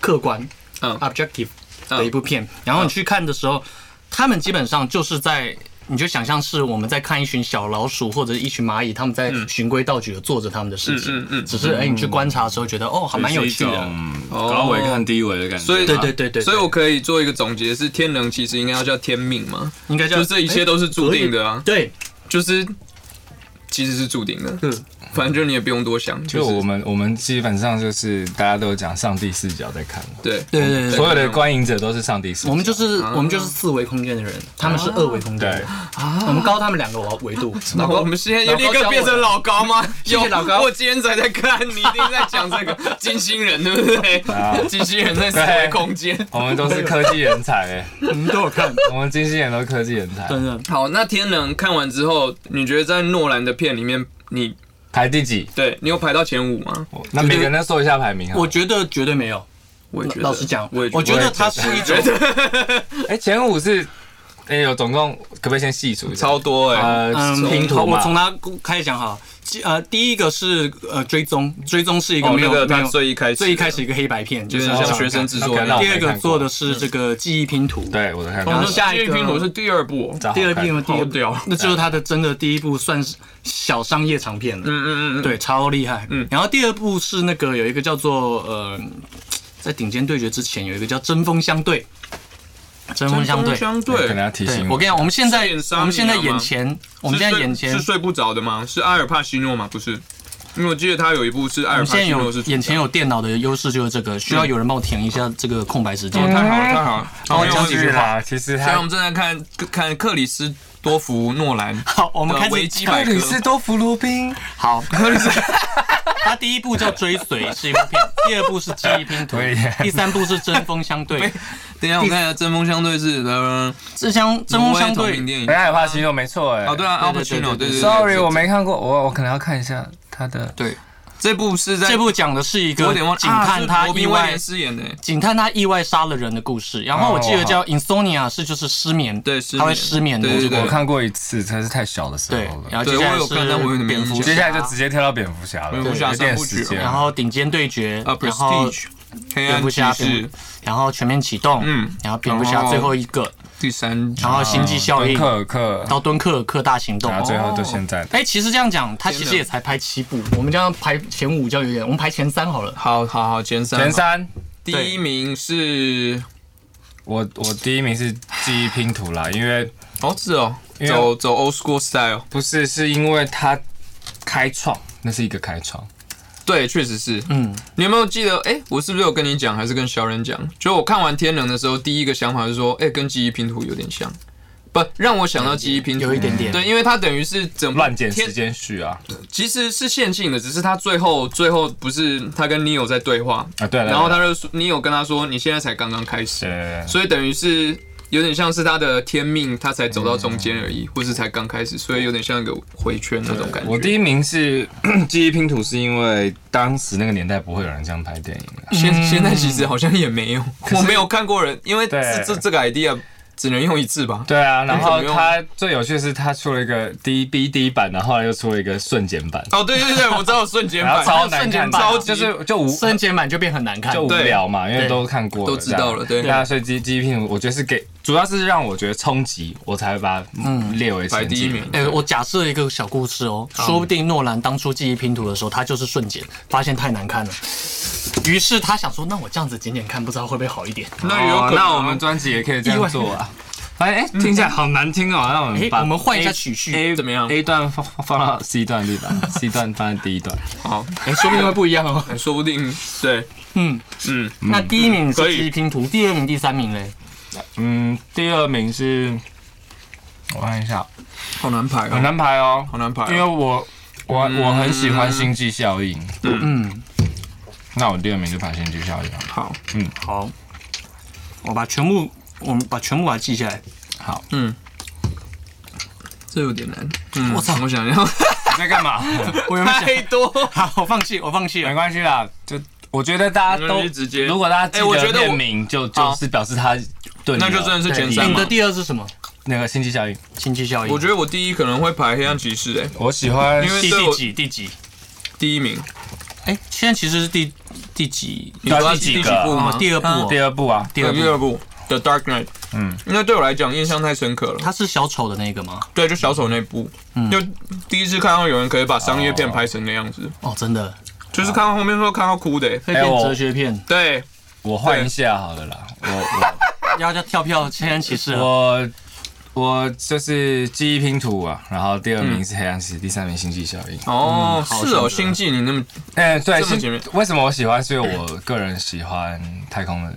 客观，嗯 objective 的一部片。然后你去看的时候，他们基本上就是在，你就想象是我们在看一群小老鼠或者一群蚂蚁，他们在循规蹈矩的做着他们的事情。嗯嗯嗯只是哎，你去观察的时候觉得哦，还蛮有趣就是一的。种哦高维看低维的感觉。所以对对对对，所以我可以做一个总结，是天能其实应该要叫天命嘛，应该叫就这一切都是注定的啊哎可以对，就是其实是注定的，嗯反正就你也不用多想，就是我们我们基本上就是大家都有讲上帝视角在看，对对对对所对。有的观影者都是上帝视角。我们就是我们就是四维空间的人，他们是二维空间的人，我们高他们两个维维度。老高，我们现在要老高立刻变成老高吗？谢谢老高有我今天才在看，你一定在讲这 *laughs* 个金星人，对不啊对？ *laughs* 金星人在思维空间。我们都是科技人才、欸，你们都有看，我们金星人都是科技人才。真的。好，那天能看完之后，你觉得在诺兰的片里面，你排第几？对你有排到前五吗？那每个人再说一下排名啊。我觉得绝对没有。我也觉得，老实讲，我也我觉得得它是一种哎、前五是哎呦，总共可不可以先细数一下？超多哎。呃嗯，拼好图我从嘛。他开始讲哈。其呃，第一个是呃追踪，追踪是一个哦没有、那个他没有最一开始的最一开始一个黑白片，就有是点像像哦学生制作那可能那我我第没二个看过做的是这个记忆拼图，，对我都看过。然后下一这个拼图是第二部哦，这好第二看部第好一屌那就是他的真的第一部算是小商业长片了，嗯嗯嗯，对，超厉害。嗯，然后第二部是那个有一个叫做呃，在顶尖对决之前有一个叫针锋相对，针锋相对。相可对。能要提对，醒我跟你讲，我们现在是演沙我们现在弥亚吗眼前，我们现在眼前是睡不着的吗？是阿尔帕西诺吗？不是，因为我记得他有一部是阿我尔们帕现在西有诺是主角嗯眼前有电脑的优势就是这个，需要有人帮我填一下这个空白时间。 *laughs* 太好了，太好了！帮嗯我讲几句话。啦，其实现在我他们正在看看克里斯多福诺兰， *laughs* 好，我们开的始维基呃百科克里斯多福罗宾，好，他第一部叫《追随》，是一部片；第二部是《记忆拼图对耶》，第三部是《针锋相对》。等一下，我看一下《针锋相对》是呃，这相针锋相挪威同对名，电影哎，。阿尔帕西诺没错哎。哦，对啊，阿尔帕嗯对西对诺，对对对对对。 Sorry，对我没看过，我我可能要看一下他的。对这部是在这部讲的是一我个有点忘，警探啊他是罗意宾威外廉。斯演的，欸警探他意外杀了人的故事，然后我记得叫 insomnia 是就是失眠，对失眠他会失眠的，对对对我看过一次，真是太小的时对候了。然后对接下来我有看但我有是点没蝙蝠印象侠，接下来就直接跳到蝙蝠侠了，蝙蝠侠有点三部曲时间嗯了然后顶尖对决啊，然后 Prestige，黑蝙暗蝠骑侠士，然后全面启动，嗯，嗯哦然后蝙蝠侠最后一个，第三集然后星际效应敦，刻尔克，到敦刻尔克大行动。啊然后最哦后就现在。哎，其实这样讲，他其实也才拍七部，我们这样排前五就有点，我们排前三好了。好好好，前三，前，三，第一名是我我第一名是记忆拼图啦，因为哦是哦，因为走走 old school style，不是是因为他开创，那是一个开创，对，确实是。嗯，你有没有记得？哎、我是不是有跟你讲，还是跟小人讲？就我看完《天能》的时候，第一个想法是说，哎、跟记忆拼图有点像，不让我想到记忆拼图有一点点对，因为它等于是整部乱剪天时间序啊其实是线性的，只是他最后最后不是他跟 Neo 在对话，啊！呃对了，然后他就说 Neo 跟他说你现在才刚刚开始，呃，所以等于是有点像是他的天命，他才走到中间而已，或是才刚开始，所以有点像一个回圈那种感觉。我第一名是 *clears throat* 记忆拼图，是因为当时那个年代不会有人这样拍电影啊的。现现在其实好像也没有，我没有看过人，因为对这这这个 idea 只能用一次吧。对啊，然怎后么用他最有趣的是他出了一个 D B D 版，然后后来又出了一个瞬间版，哦，对对对，我知道瞬间然后版，超难看，版超级就是就无瞬间版就变很难看就。无聊嘛，因为对都看过了都知道了这样对啊那所以记记忆拼图，我觉得是给主要是让我觉得冲击，我才会把它列为嗯排前第几一名。。哎、我假设一个小故事哦，说不定诺兰当初记忆拼图的时候，他就是瞬剪，发现太难看了，于是他想说，那我这样子剪剪看，不知道会不会好一点？那有可能啊哦那我们专辑也可以这样做啊。发 *laughs* 现哎，听起来好难听哦，那我们哎、把我们换一下 A- 曲序，哎、 A 怎么样？A 段放放到 C 段里吧，C 段放在第一段。好，说不定会不一样哦。说不定对，嗯，嗯，那第一名可是以记忆拼图，第二名、第三名嘞？嗯，第二名是，我看一下，好难排嗯很哦，难排哦，好难排哦因为我我我很喜欢星际效应。嗯，那我第二名就排星际效应啊。好，好，我把全部，我们把全部把它记下来。 *laughs* 好， *laughs* 这有点难。嗯，我操我想要你在干嘛？ *laughs* 我原本想，太多。好，我放弃，我放弃没了。关系啦，就我觉得大家没关都系直接如果大家哎我记觉得得我店名，就就好是表示他对你那就有真的是前三 *laughs* 你嘛的。第二是什么？那个星际效应。经济效益。我觉得我第一可能会排黑暗骑士，哎，我喜欢因为第对第我几？第几？第一名。哎、现在其实是第第几？你说到它第是几第个几部吗？呃第二部、哦第二部啊，第二部第二部《The Dark Knight》。嗯嗯，因为对我来讲印象太深刻了。他是小丑的那个吗？对，就小丑那部，就第一次看到有人可以把商业片拍成那样子，哦，真的就是看到后面说看到哭的、欸。会哎变我哲学片，对，啊我换一下好了啦。我要叫跳票千人骑士了。我我我就是记忆拼图啊，然后第二名是黑暗骑士，第三名星际效应。哦，好是选择哦，星际你那么哎，对，这么是前面为什么我喜欢？是因为我个人喜欢太空的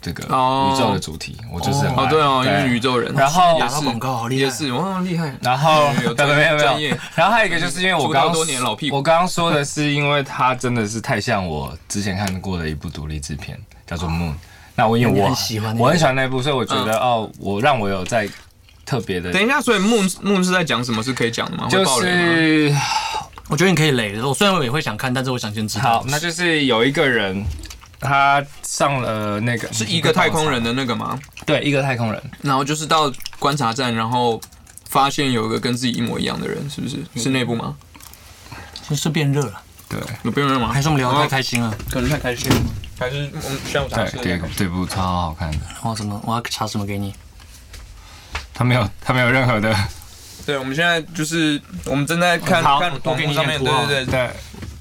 这个哦宇宙的主题，我就是很哦，爱对哦，因为宇。宙人，然后也打到广告好是厉也害，是，哇，厉害。然后没 *laughs* 有有没有没专有业，然后还有一个就是因为我出道刚刚多年老屁股我刚刚说的是因为它真的是太像我之前看过的一部独立制片，叫啊做《Moon》。那我因为你我很喜欢那部我很喜欢那一部，所以我觉得哦，我让我有在特别的嗯等，一下，所以梦梦是在讲什么？是可以讲的吗？会就爆雷吗是我觉得你可以雷的。我虽然我也会想看，但是我想先知道。好，那就是有一个人他上了那个是一个太空人，的那个吗？对，一个太空人，然后就是到观察站，然后发现有一个跟自己一模一样的人，是不是？是内部吗？就是变热了，对有辨认吗？还是我们聊得太开心了？可能太开心了，还是我们下午茶对，这个这部超好看的，我哦怎么我要查什么给你？他没有他没有任何的对，我们现在就是我们正在看好看多网给络你一上点面，对图啊对对，对。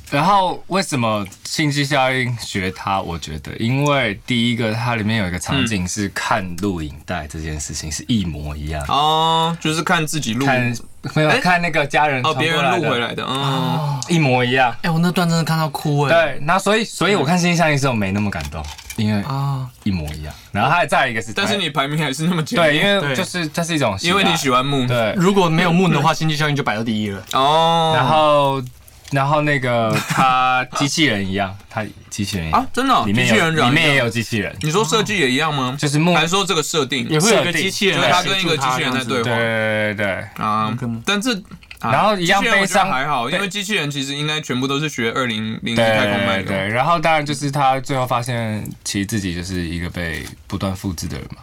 然后为什么信息效应学它？我觉得，因为第一个它里面有一个场景是看录影带这件事情是一模一样，哦，就是看自己录看没有哎看那个家人哦，传过别人来录回的，来的，嗯，一模一样。哎、我那段真的看到哭哎、对，那所以所以我看信息效应的时候没那么感动，因为啊，一模一样。然后还有再来一个是，嗯但是你排名还是那么前面，对，因为对就是这是一种，因为你喜欢，欢木对。如果没有 Moon 的话，经济效应就摆到第一了。哦，然后然后那个他机器人一样，他机器人一样啊，真的哦里机面器有人软里面也件，有机嗯器人，你说设计也一样吗？就是木还是说这个设定也会有一个设定机器人就是来他协跟一助个他机器人这在样子对话对对对，啊那个吗，但这啊嗯然后一样机器人我悲觉得伤还好，对因为机器人其实应该全部都是学二零零一对太空漫游，对，然后当然就是他最后发现，其实自己就是一个被不断复制的人嘛，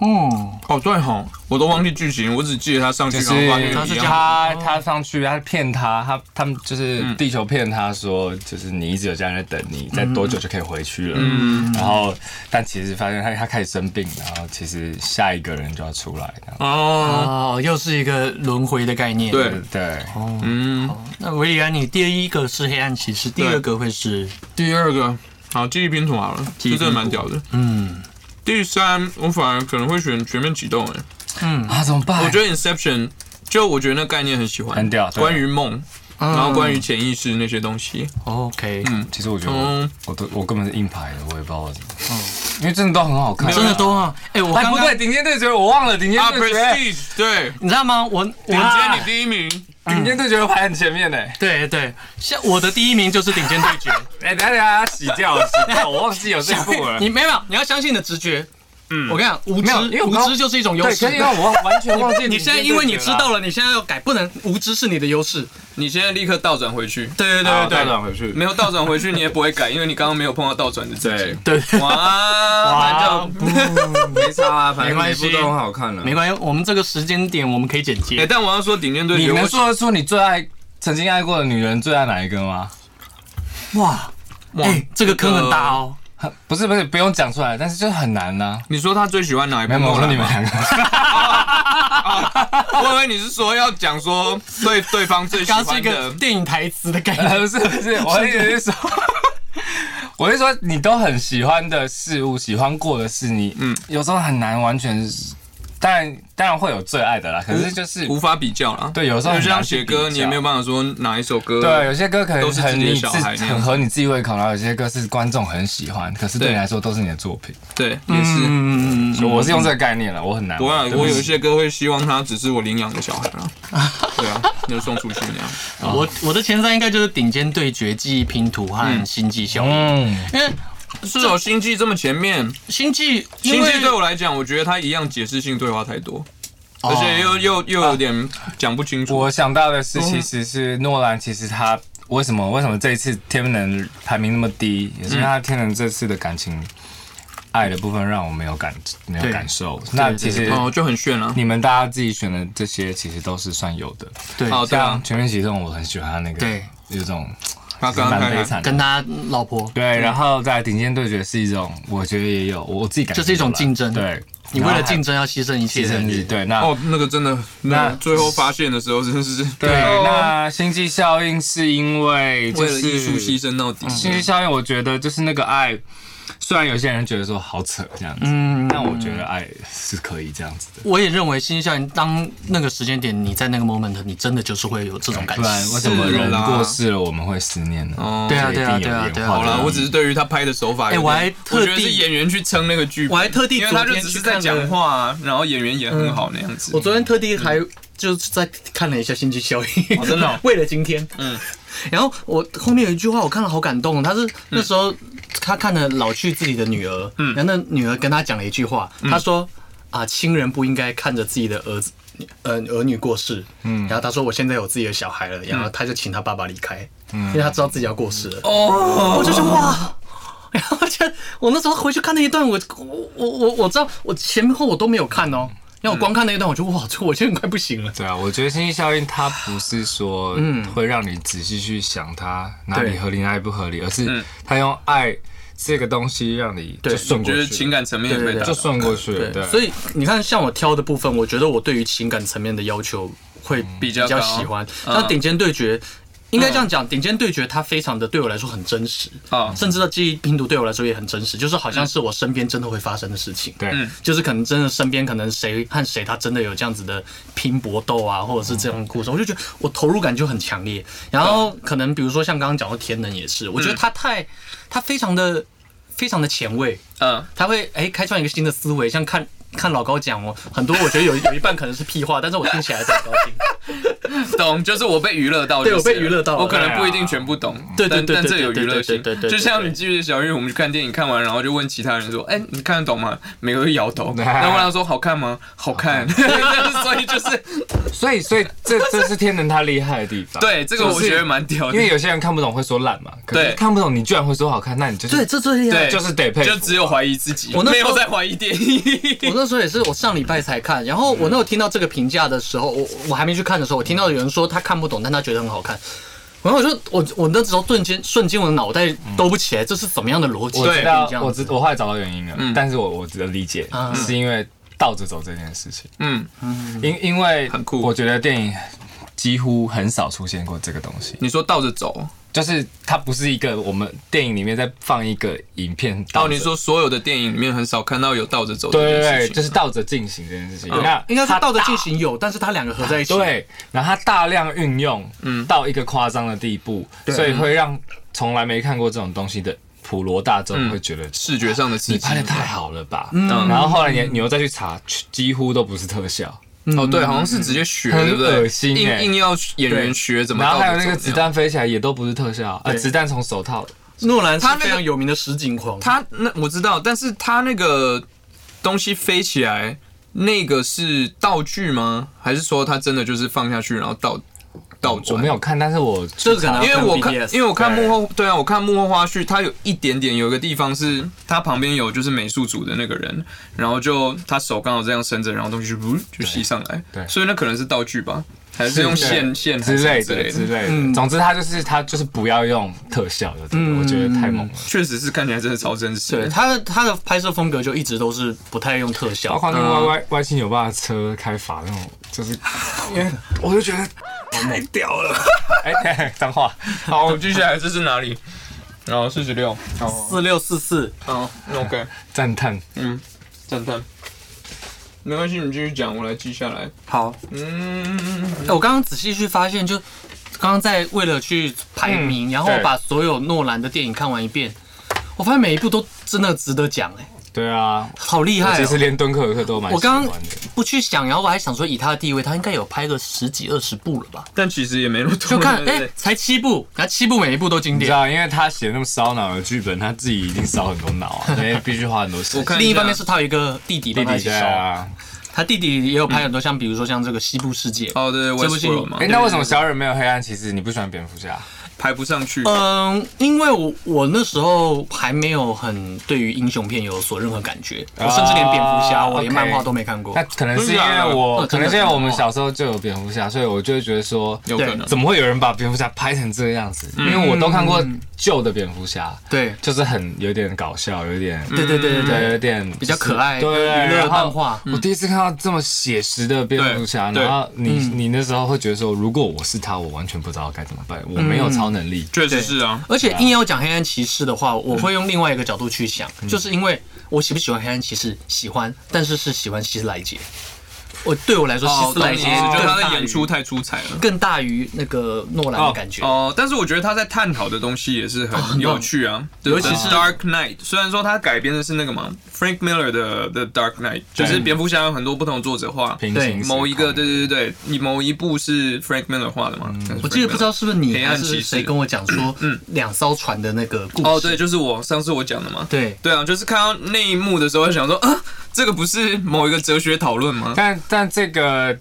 嗯，哦对吼，我都忘记剧情，我只记得他上去就然是后发现他有一样他他上去，他骗他，他他们就是地球骗他说，就是你一直有家人在等你，在多久就可以回去了。嗯然后但其实发现他他开始生病，然后其实下一个人就要出来，这样哦，哦，又是一个轮回的概念。对对，嗯，那维里安，你第一个是黑暗骑士，第二个会是第二个，好，记忆拼图好了，记忆这拼图真的蛮屌的。嗯第三，我反而可能会选全面启动、欸，嗯啊，怎么办？我觉得 Inception，就我觉得那概念很喜欢，很屌对嗯关于梦，然后关于潜意识那些东西， OK，嗯，其实我觉得我嗯我都我根本是硬排的，我也不知道我怎么，因为真的都很好看，真的都啊，哎，我哎，刚不刚对，顶尖对决我忘了，顶尖啊对决， ，Prestige，对，你知道吗？我我顶尖你第一名，顶尖对决排很前面呢。对对，像我的第一名就是顶尖对决。哎，等一下等一下，洗掉了，洗掉，我忘记有这一部了。你没有，你要相信你的直觉。嗯，我跟你讲，无没有因为知我无刚知就是一种优对，势可是。因为我完全忘记你现在因为你知道了，了，你现在要改，不能无知是你的优势。啊你现在立刻倒转回去，对对对再对转回去。没有倒转回去你也不会改，因为你刚刚没有碰到倒转的自己。对 *laughs* *laughs* 对，哇，那就没差啊，反没正关每系部都很好看了。没关系，我们这个时间点我们可以剪哎，接。但我要说顶尖对你决，能我说得出你最爱、曾经爱过的女人最爱哪一个吗？哇，哇哎，这个坑很大哦。不是不是，不用讲出来，但是就很难呐、你说他最喜欢哪一部没有，诺没兰有吗？我说你们两个，啊， *laughs* 我以为你是说要讲说对对方最喜刚刚是欢一个的，电影台词的感觉。不是不是，我的意思是说，我是说你都很喜欢的事物，喜欢过的事，你嗯，有时候很难完全是，当然当然会有最爱的啦，可是就 *laughs* 是无法比较了。对有时候就很像难去写歌，比较你也没有办法说哪一首歌。对，有些歌可能都是自己的很你小孩那样很合你自己胃口，然后有些歌是观众很喜欢，可是对对你来说都是你的作品。对，也是。嗯嗯嗯所以我是用这个概念了，我很难。不会啊，对我不起有一些歌会希望他只是我领养的小孩啊。对啊， *laughs* 就送出去那样。嗯，我我的前三应该就是顶尖对决、记忆拼图和星际效应，嗯，因为是有星际这么前面，星际因星为际对我来讲，我觉得他一样解释性对话太多，哦啊而且又又又有点讲不清楚。我想到的嗯是，其实是诺兰，其实他为什么为什么这一次天能排名那么低，也是因为他天能这次的感情爱的部分让我没有感没有对感受。那对其实哦，就很炫啊。你们大家自己选的这些，其实都是算有的。对好对像啊《全面启动》，我很喜欢他那个，对，有一种他刚刚啊蛮看悲看，惨的跟他老婆对，然后在顶尖对决是一种，我觉得也有我自己感觉就是一种竞争对，你为了竞争要牺牲一切竞的争力，对，那哦，那个真的，那那最后发现的时候真的是对，那星际效应是因为就为了是艺术牺牲到底。嗯星际效应，我觉得就是那个爱，虽然有些人觉得说好扯这样子，嗯，但我觉得爱是可以这样子的，我也认为星际效应，当那个时间点，你在那个 moment，你真的就是会有这种感不然为觉。什么人是啦过世了我们会思念呢？哦对啊这一定有对啊对啊演化好的啦，原因我只是对于他拍的手法有点，哎我还特我地觉得是演员去撑那个剧本，我还特地因为他昨就天只是去在看了讲话、啊，然后演员演很好那样子。我昨天特地还就是在看了一下《星际效应》嗯哦真的哦 *laughs* 为了今天。嗯，然后我后面有一句话我看了好感动，哦他是那时嗯候他看了老去自己的女儿，嗯，然后那女儿跟他讲了一句话，嗯他说啊，亲人不应该看着自己的儿子。呃，儿女过世，嗯，然后他说我现在有自己的小孩嗯了，然后他就请他爸爸离开，嗯，因为他知道自己要过世了，哦，我就想哇。然后就我那时候回去看那一段，我我我我我知道我前后我都没有看哦，嗯然后我光看那一段，我就哇，这我现在快不行了。对啊，我觉得星际效应它不是说会让你仔细去想它哪里合理哪里不合理，而是它用爱这个东西让你对就顺就过哦是去，情感层面也可以达就到。顺过去了。对，啊所以以你看，像我挑的部分，我觉得我对于情感层面的要求会比较较高喜欢。那顶尖对决。应该这样讲，顶尖对决它非常的对我来说很真实，啊甚至到记忆拼图对我来说也很真实，就是好像是我身边真的会发生的事情。对，啊就是可能真的身边可能谁和谁他真的有这样子的拼搏斗啊，或者是这样的故事，我就觉得我投入感就很强烈。然后可能比如说像刚刚讲到天能也是，我觉得他太他非常的非常的前卫，嗯，他会哎开创一个新的思维，像看。看老高讲哦，很多我觉得有有一半可能是屁话，但是我听起来很高兴。 *laughs* 懂，就是我被娱乐到就是了，对我被娱乐到了我可能不一定全部懂，对对但对但对这有对娱乐对性对对对。对就像你记不记得小玉，我们去看电影，看完然后就问其他人说：“哎，你看得懂吗？”每个人摇 *laughs* 头，然后问他说：“好看吗？”好看， *laughs* 所以就是所以所以这这是天能他厉害的地方。对这个我就是觉得蛮屌因为的，有些人看不懂会说烂嘛，可是对看不懂你居然会说好看，那你就是 *laughs* 对，这这样对，就是得佩服就只有怀疑自己，我那没时候有在怀疑电影。 *laughs* 我那时候也是，我上礼拜才看，然后我那时候听到这个评价的时候，我我还没去看的时候，我听到有人说他看不懂，但他觉得很好看。然后我就我我那时候瞬间瞬间我的脑袋兜不起来，这是怎么样的逻辑？我知这道，样我知我后来找到原因了，但是我我只能理解啊，是因为倒着走这件事情，嗯，因因为很酷我觉得电影几乎很少出现过这个东西。你说倒着走，就是它不是一个我们电影里面再放一个影片倒哦，着。你说所有的电影里面很少看到有倒着走这对件对对，事情，哦就是倒着进行这件事情。那应该说倒着进行有，但是它两个合在一起。，对，然后它大量运用，嗯到一个夸张的地步，所以会让从来没看过这种东西的普罗大嗯众会觉得视觉上的刺你激拍。的太好了吧？嗯然后后来你你又再去查，几乎都不是特效。哦，对，好像是直接学，嗯很对不对？恶心欸硬硬要演员学怎么然后倒着走。还有那个子这样，弹飞起来也都不是特效，呃，对子弹从手套诺兰是他那个非常有名的实景狂，他那我知道，但是他那个东西飞起来，那个是道具吗？还是说他真的就是放下去然后倒倒我转？没有看，但是我这个可能因为我看，因为我看幕后，后，对啊，我看幕后花絮，他有一点点，有一个地方是他旁边有就是美术组的那个人，然后就他手刚好这样伸着，然后东西就噗就吸上来，对所以那可能是道具吧，还是用对线线之类之的类之的，类嗯的，总之他就是他就是不要用特效的，我觉得太猛了。确实是看起来真的超真实。对他的他的拍摄风格就一直都是不太用特包效。括那个 Y Y Y 七九八的车开法那种，就是 *laughs* 因为我就觉得太屌了。 *laughs* 哎，等一下脏话，好，我们接下来这是哪里？然后四十六，四六四四，好，OK，赞叹。赞叹。没关系，你继续讲，我来记下来。好，嗯，哎我刚刚仔细去发现，就刚刚在为了去排嗯名，然后对把所有诺兰的电影看完一遍，我发现每一部都真的值得讲，哎，对啊，好厉害、其哦！实连敦刻尔克都蛮我喜欢刚的刚。不去想，然后我还想说，以他的地位，他应该有拍个十几二十部了吧？但其实也没那么多。就看，对哎、对对才七部，然后七部每一部都经你知典。道，因为他写那么烧脑的剧本，他自己一定烧很多脑 *laughs* 啊，因为必须花很多时间。我看另一方面是他有一个弟弟弟帮他一弟起对烧，啊，他弟弟也有拍很多像，比如说像这个《西部世界》。哦，对对，这部戏 Westworld 嘛哎、，那为什么小人没有黑暗骑士？你不喜欢蝙蝠侠？排不上去。嗯，因为我我那时候还没有很对于英雄片有所任何感觉，啊我甚至连蝙蝠侠，啊我连 OK 漫画都没看过那。可能是真因的啊为哦我，可真的能是因为我们小时候就有蝙蝠侠，所以我就会觉得说，有可能怎么会有人把蝙蝠侠拍成这个样子？因嗯为我都看过旧的蝙蝠侠，对就是很有点搞笑，有点对对对对对，对有点比比较可爱对，娱乐然后漫画嗯我第一次看到这么写实的蝙蝠侠，对然后你嗯你那时候会觉得说，如果我是他，我完全不知道该怎么办，我嗯没有超能力。确实是啊，而且硬要讲黑暗骑士的话，我会用另外一个角度去想，嗯就是因为我喜不喜欢黑暗骑士，喜欢，但是是喜欢希斯莱杰。我对我来说，希斯莱来杰解释，哦就是他更的大于演出太出彩了。更大于那个诺兰的感觉。哦，但是我觉得他在探讨的东西也是哦很有趣啊，尤其是《Dark Knight》，虽然说他改编的是那个嘛，Frank Miller 的《The Dark Knight》，就是蝙蝠侠有很多不同作者画，平行时空某一个，对对对对，你某一部是 Frank Miller 画的嘛？但是嗯我记得 Frank 不知道 Miller 是不是你黑还暗骑士嗯是谁跟我讲说，两艘船的那个故事。哦，对，就是我上次我讲的嘛。对对啊，就是看到那一幕的时候，想说啊，这个不是某一个哲学讨论吗？但但这个，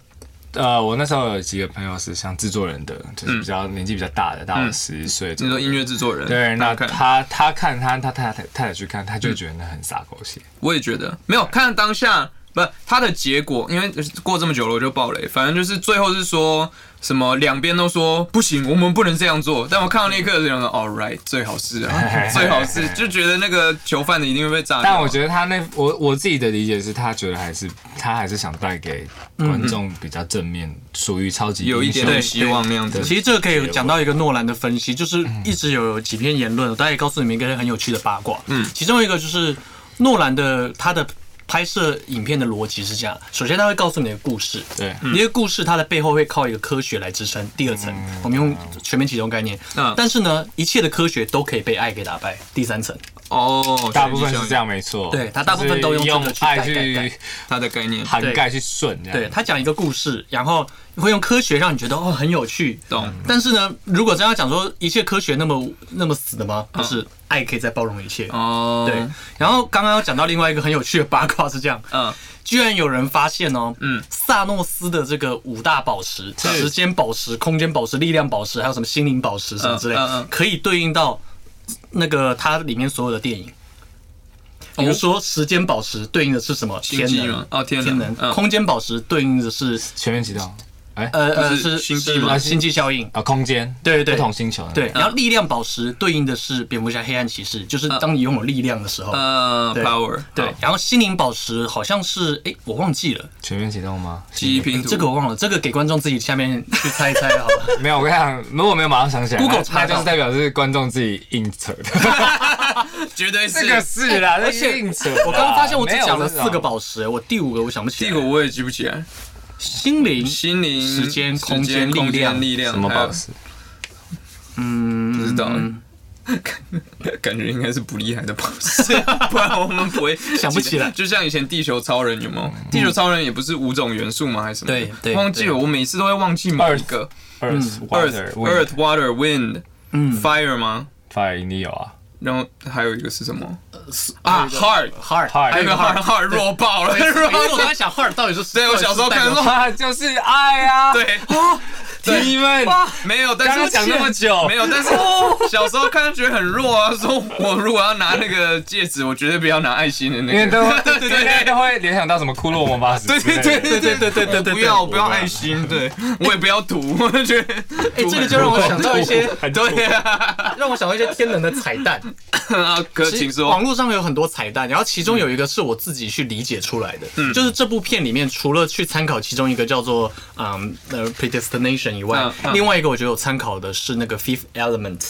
呃，我那时候有几个朋友是像制作人的，就是比较年纪比较大的，大我十岁嗯左你右。说音乐制作人，对，那看嗯他他看他他太太太太去看，他就觉得那很傻狗血。我也觉得没有看当下，不他的结果，因为过这么久了我就爆雷，反正就是最后是说什么两边都说不行，我们不能这样做。但我看到那一刻就想说，All right，最好是 *laughs* 啊，最好是，就觉得那个囚犯的一定会被炸掉。但我觉得他那我我自己的理解是，他觉得还是他还是想带给嗯观众比较正面，属于超级有一英雄点点希望那样子。其实这个可以讲到一个诺兰的分析，就是一直有几篇言论，我大概告诉你们一个很有趣的八卦。嗯，其中一个就是诺兰的他的拍摄影片的逻辑是这样：首先他会告诉你一个故事，对，嗯一个故事它的背后会靠一个科学来支撑。第二层，我们用全面启动概念。嗯但是呢，一切的科学都可以被爱给打败。第三层，哦，大部分是这，样，没错。对他大部分都用就是用这个去爱盖盖盖去他的概念。涵盖去顺这样。对他讲一个故事，然后会用科学让你觉得哦很有趣。嗯懂。但是呢，如果真要讲说一切科学那么那么死的吗？不是，爱可以再包容一切。哦，对，然后刚刚要讲到另外一个很有趣的八卦是这样，嗯，居然有人发现哦，嗯嗯，萨诺斯的这个五大宝石，时间宝石、空间宝石、力量宝石，还有什么心灵宝石什么之类嗯嗯嗯，可以对应到那个它里面所有的电影。比如说，时间宝石对应的是什么？哦星天际能吗？哦，天天能，能。嗯空间宝石对应的是全面启动，哎呃呃是是星际是吗嗯星际效应。啊，空间，对对对不同星球，对，然后力量宝石对应的是蝙蝠侠黑暗骑士，就是嗯当你拥有力量的时候。呃对，power 对，然后心灵宝石好像是，哎，我忘记了，全面启动吗？记忆拼图这个我忘了，这个给观众自己下面去猜一猜好了。没有，我跟你讲，如果没有马上想起来 Google 那查那就到是代表是观众自己硬扯的。绝对是这个是啦，哎而这且是硬扯啦。 *laughs* 我刚刚发现我只没有讲了这种四个，宝石，我第五个我想不第起来。一个我也记不起来，心灵，心灵、时间空间空力量力量什么还有宝石？不嗯，知道。感 *laughs* 感觉应该是不厉害的宝石， *laughs* 不然我们不会 *laughs* 想不起来嗯就像以前地球超人有没有？地球超人也不是五种元素吗？还是什么的？对对忘记了，对我每次都会忘记某一个。 Earth, Water, Earth, Wind, Earth, Water, Wind, 嗯 Fire 吗？ Fire，一定有啊。然后还有一个是什么啊？Heart， ，hard， *laughs* 还有一个 Heart，Heart 弱爆了，因为 *laughs* 我弱刚 *laughs* 爆才想 hard 到底是对我小时候看到过，啊，就是爱啊！， *laughs* *laughs* 对，你们没有，但刚是刚讲那么久没，有，但是小时候看就觉得很弱啊。说我如果要拿那个戒指，我绝对不要拿爱心的因为那都 *laughs* 个。会对对对，都会联想到什么骷髅魔法石之对类的。对对对对对对对对不要我不要爱心，对我也不要赌，我就觉得哎哎，这个就让我想到一 *laughs* 些，对啊，让我想到一些天能的彩蛋。啊哥，其请实网说。络上有很多彩蛋，然后其中有一个是我自己去理解出来的，就是这部片里面除了去参考其中一个叫做嗯呃 predestination 以外嗯，嗯另外一个我觉得有参考的是那个 fifth element，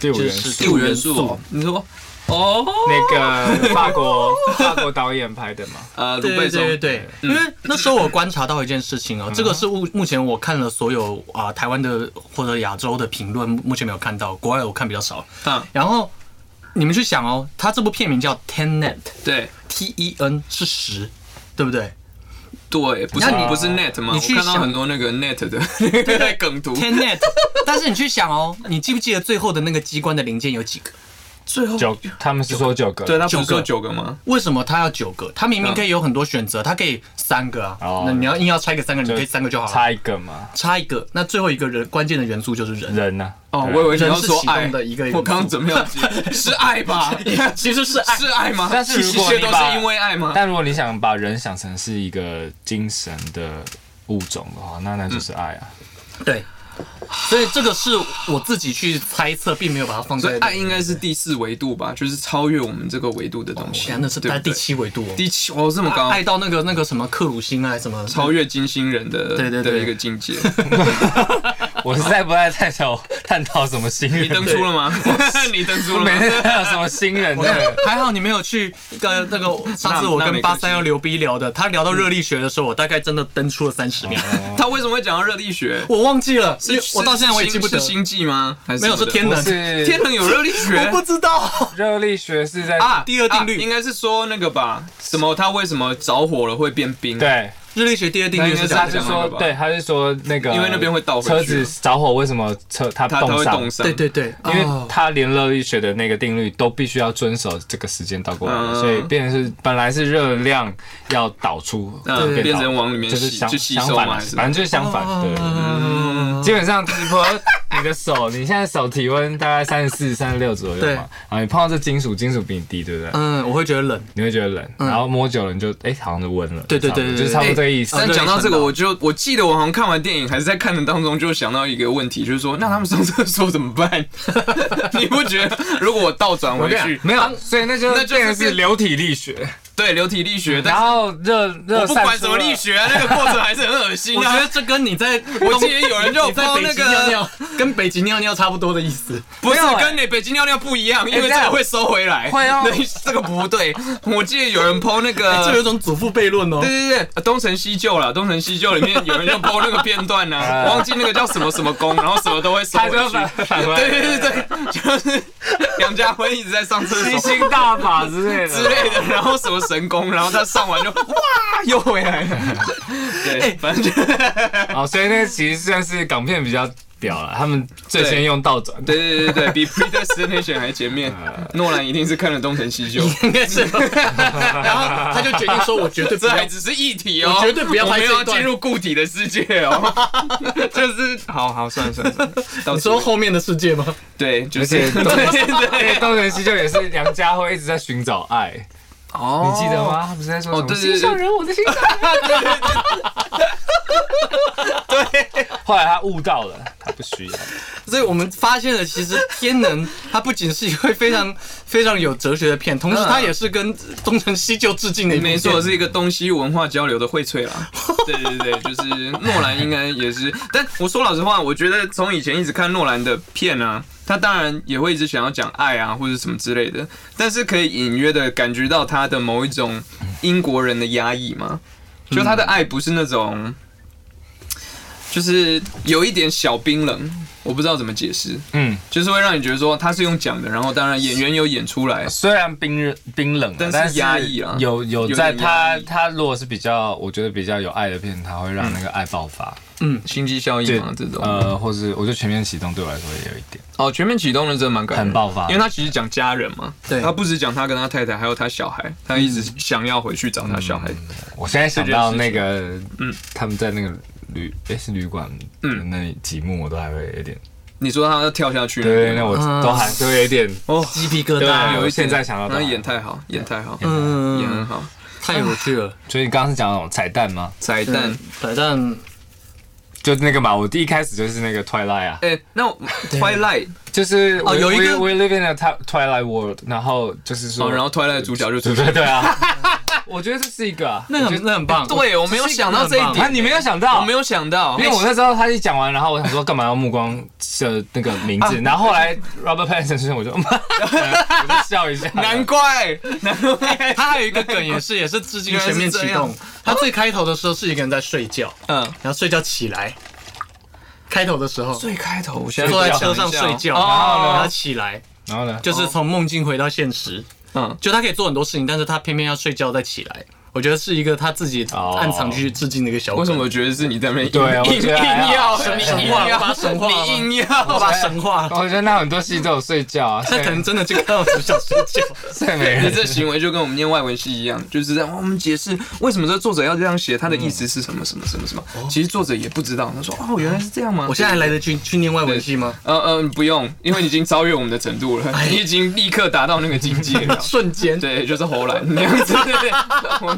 第五就元是素，第五元素。你说哦，那个法国法国导演拍 *laughs* 的嘛，呃，卢对贝对松对对对，因为那时候我观察到一件事情哦，这个是目目前我看了所有啊、台湾的或者亚洲的评论，目前没有看到，国外我看比较少。啊，然后你们去想哦，它这部片名叫 Tenet，T 对 E N 是十，对不对对，不是那你不是 net 吗？我你去看到想很多那个 net 的那个梗图， ？Tenet，但是你去想哦，你记不记得最后的那个机关的零件有几个？最后九，他们是说九个，对他不是九说个九个吗？为什么它要九个？它明明可以有很多选择，它可以三个啊。哦那你要硬要拆个三个，你就可以三个就好了。差一个嘛，差一个，那最后一个人关键的元素就是人。人啊呐。哦，对我以为你要人是说启爱动的一个元素我刚刚怎么样 *laughs* 接？是爱吧？其实是爱是爱吗？但是一如果切你都把是因为爱吗？但如果你想把人想成是一个精神的物种的话，那那就是爱啊。对，所以这个是我自己去猜测，并没有把它放所在哎以爱应该是第四维度吧，就是超越我们这个维度的东西。哦天那是对不在对第七维度哦，第七哦，这么高，爱到那个那个什么克鲁星啊什么超越金星人的对对 *laughs* 对的一个境界。嗯我是在不在探讨探讨什么新人？你登出了吗？你登出了每吗？天探讨什么新人我看的？还好你没有去跟那个上次我那那跟没八关系三幺刘逼聊的，他聊到热力学的时候，我大概真的登出了三十秒，他为什么会讲到热力学？我忘记了，因为是我到现在我也记不得是，星际吗？还是没有什么的是天不能，是天能有热力 *laughs* 我学不知道，热力学是在啊？第二定啊律应该是说那个吧？什么？他为什么着火了会变冰？，对，热力学第二定那律应该是是这样他这是讲样的，说对，他是说那个因为那边会倒回去车子着火，为什么车它他他冻会伤冻？伤。对对对，因为哦它连热力学的那个定律都必须要遵守这个时间倒过来的，嗯所以变成是本来是热量要导出，嗯，对变成导往里面就是吸相去吸相收反嘛？啊还，是反正就是相反，对。嗯，基本上直播，你的手，你现在手体温大概三十四、三十六左右对嘛，啊，你碰到这金属，金属比你低，对不对？嗯，我会觉得冷，你会觉得冷，嗯然后摸久了你就哎，好像就温了，对对差不多对对就是差不多这个意思。哎但对讲到这看个，到我就我记得我好像看完电影还是在看的当中，就想到一个问题，就是说，那他们上厕所怎么办？ *laughs* 你不觉得如果我倒转回去，没有，所以那就啊那就是变成是变流体力学，对流体力学，嗯然但后热热我不散管出什么了力学啊，那个过程还是很恶心我觉啊得。这跟你在，我记得有人就你在抛北那极尿个，尿，跟北极尿尿差不多的意思。不是没有欸跟你北京尿尿不一样，因为欸这这个样会收回来，*laughs* 会哦哎对这个不对。我记得有人抛那个，这有一种祖父悖论哦。对对对，呃东成西就啦，东成西就里面有人就播那个片段 *laughs* 呢、啊，啊忘记那个叫什么什么宫，然后什么都会收回他就反去。反过来对对对对，就是 *laughs* 杨家辉一直在上厕吸所星大法之类的之类 *laughs* 的，然后什么神功，然后他上完就哇又回来 *laughs* 了。哎对，反正就哦，所以那其实算是港片比较屌了，他们最对先用倒转，对对对对，比 Predestination 还前面，啊诺兰一定是看了东成西就。应该是。然后他就决定说：“我绝对不这要还。只是一体哦，我绝对不要我拍们这一要段进入固体的世界哦， *laughs* 就是好好算了算了算了，”到你此说为止后面的世界吗？对，就而是且东对东成西就也是梁家辉一直在寻找爱，哦你记得？吗？他不是在说哦什，么对对心上对，人，我的心上人。对，后来他悟到了，他不需要。所以我们发现了，其实天能它不仅是一位非常 *laughs* 非常有哲学的片，同时它也是跟东成西就致敬的一部片没错，是一个东西文化交流的荟萃 *laughs* 啦。对对对，就是诺兰应该也是，但我说老实话，我觉得从以前一直看诺兰的片啊，他当然也会一直想要讲爱啊或者什么之类的，但是可以隐约的感觉到他的某一种英国人的压抑嘛，就他的爱不是那种，就是有一点小冰冷，我不知道怎么解释，嗯，就是会让你觉得说他是用讲的，然后当然演员有演出来，虽然冰冷冰冷啊，但是但压抑啊有有有在点压他抑他如果是比较，我觉得比较有爱的片，他会让那个爱爆发。心机效应嘛啊这种。呃，或是我觉得全面启动对我来说也有一点。哦，全面启动了，真的蛮感人的很爆发因为他其实讲家人嘛，对他不只讲他跟他太太，还有他小孩，他一直想要回去找他小孩。嗯我现在想到那个，嗯嗯，他们在那个旅，诶，是旅馆，嗯嗯，那几幕我都还会有点，你说他要跳下去，对对，那我嗯都还是会有点，哦，鸡皮疙对瘩，有一现在想到都他还演太好，演太好，啊嗯演很好，太有趣了。所以你刚刚是讲那种彩蛋吗？彩蛋但。彩蛋就是那个嘛，我第一开始就是那个 Twilight 啊，哎，那我 Twilight 就是哦 we- 有一个 We we live in a twi- Twilight world，然后就是说，哦，然后 Twilight 主角就出对对现。 *laughs* 对啊， *laughs* 我觉得这是一个啊，那我觉很得那很棒，对，我没有想到这一这是一个很 *laughs* 啊，点，你没有想到，我没有想到，因为我那时候他一讲完，然后我想说干嘛要目光射那个名啊字，然后后来 Robert Pattinson 出现，我就 *laughs* 我就笑一下。难怪，难怪，他还有一个梗也是也是致敬全面启原来动是。他最开头的时候是一个人在睡觉，嗯，然后睡觉起来，开头的时候最开头我现在坐在车上想睡一觉，下哦然后呢他起来，然后呢？就是从梦境回到现实。嗯，就他可以做很多事情，但是他偏偏要睡觉再起来。我觉得是一个他自己暗藏去致敬的一个小梗。为什么我觉得是你在那边硬对啊我硬觉得还好硬要神你神硬话要吧神话吧你硬要我把神话？我觉得那很多戏都有睡觉啊，他可能真的就看到主角睡觉。睡美你人。这行为就跟我们念外文系一样，就是让我们解释为什么这作者要这样写，他的意思是什么什么什么什么。其实作者也不知道，他说哦，原来是这样吗？哦我现在还来得及去念外文系吗？。呃呃不用，因为你已经超越我们的程度了，你已经立刻达到那个境界了 *laughs* 瞬间，对，就是侯兰那样子。对对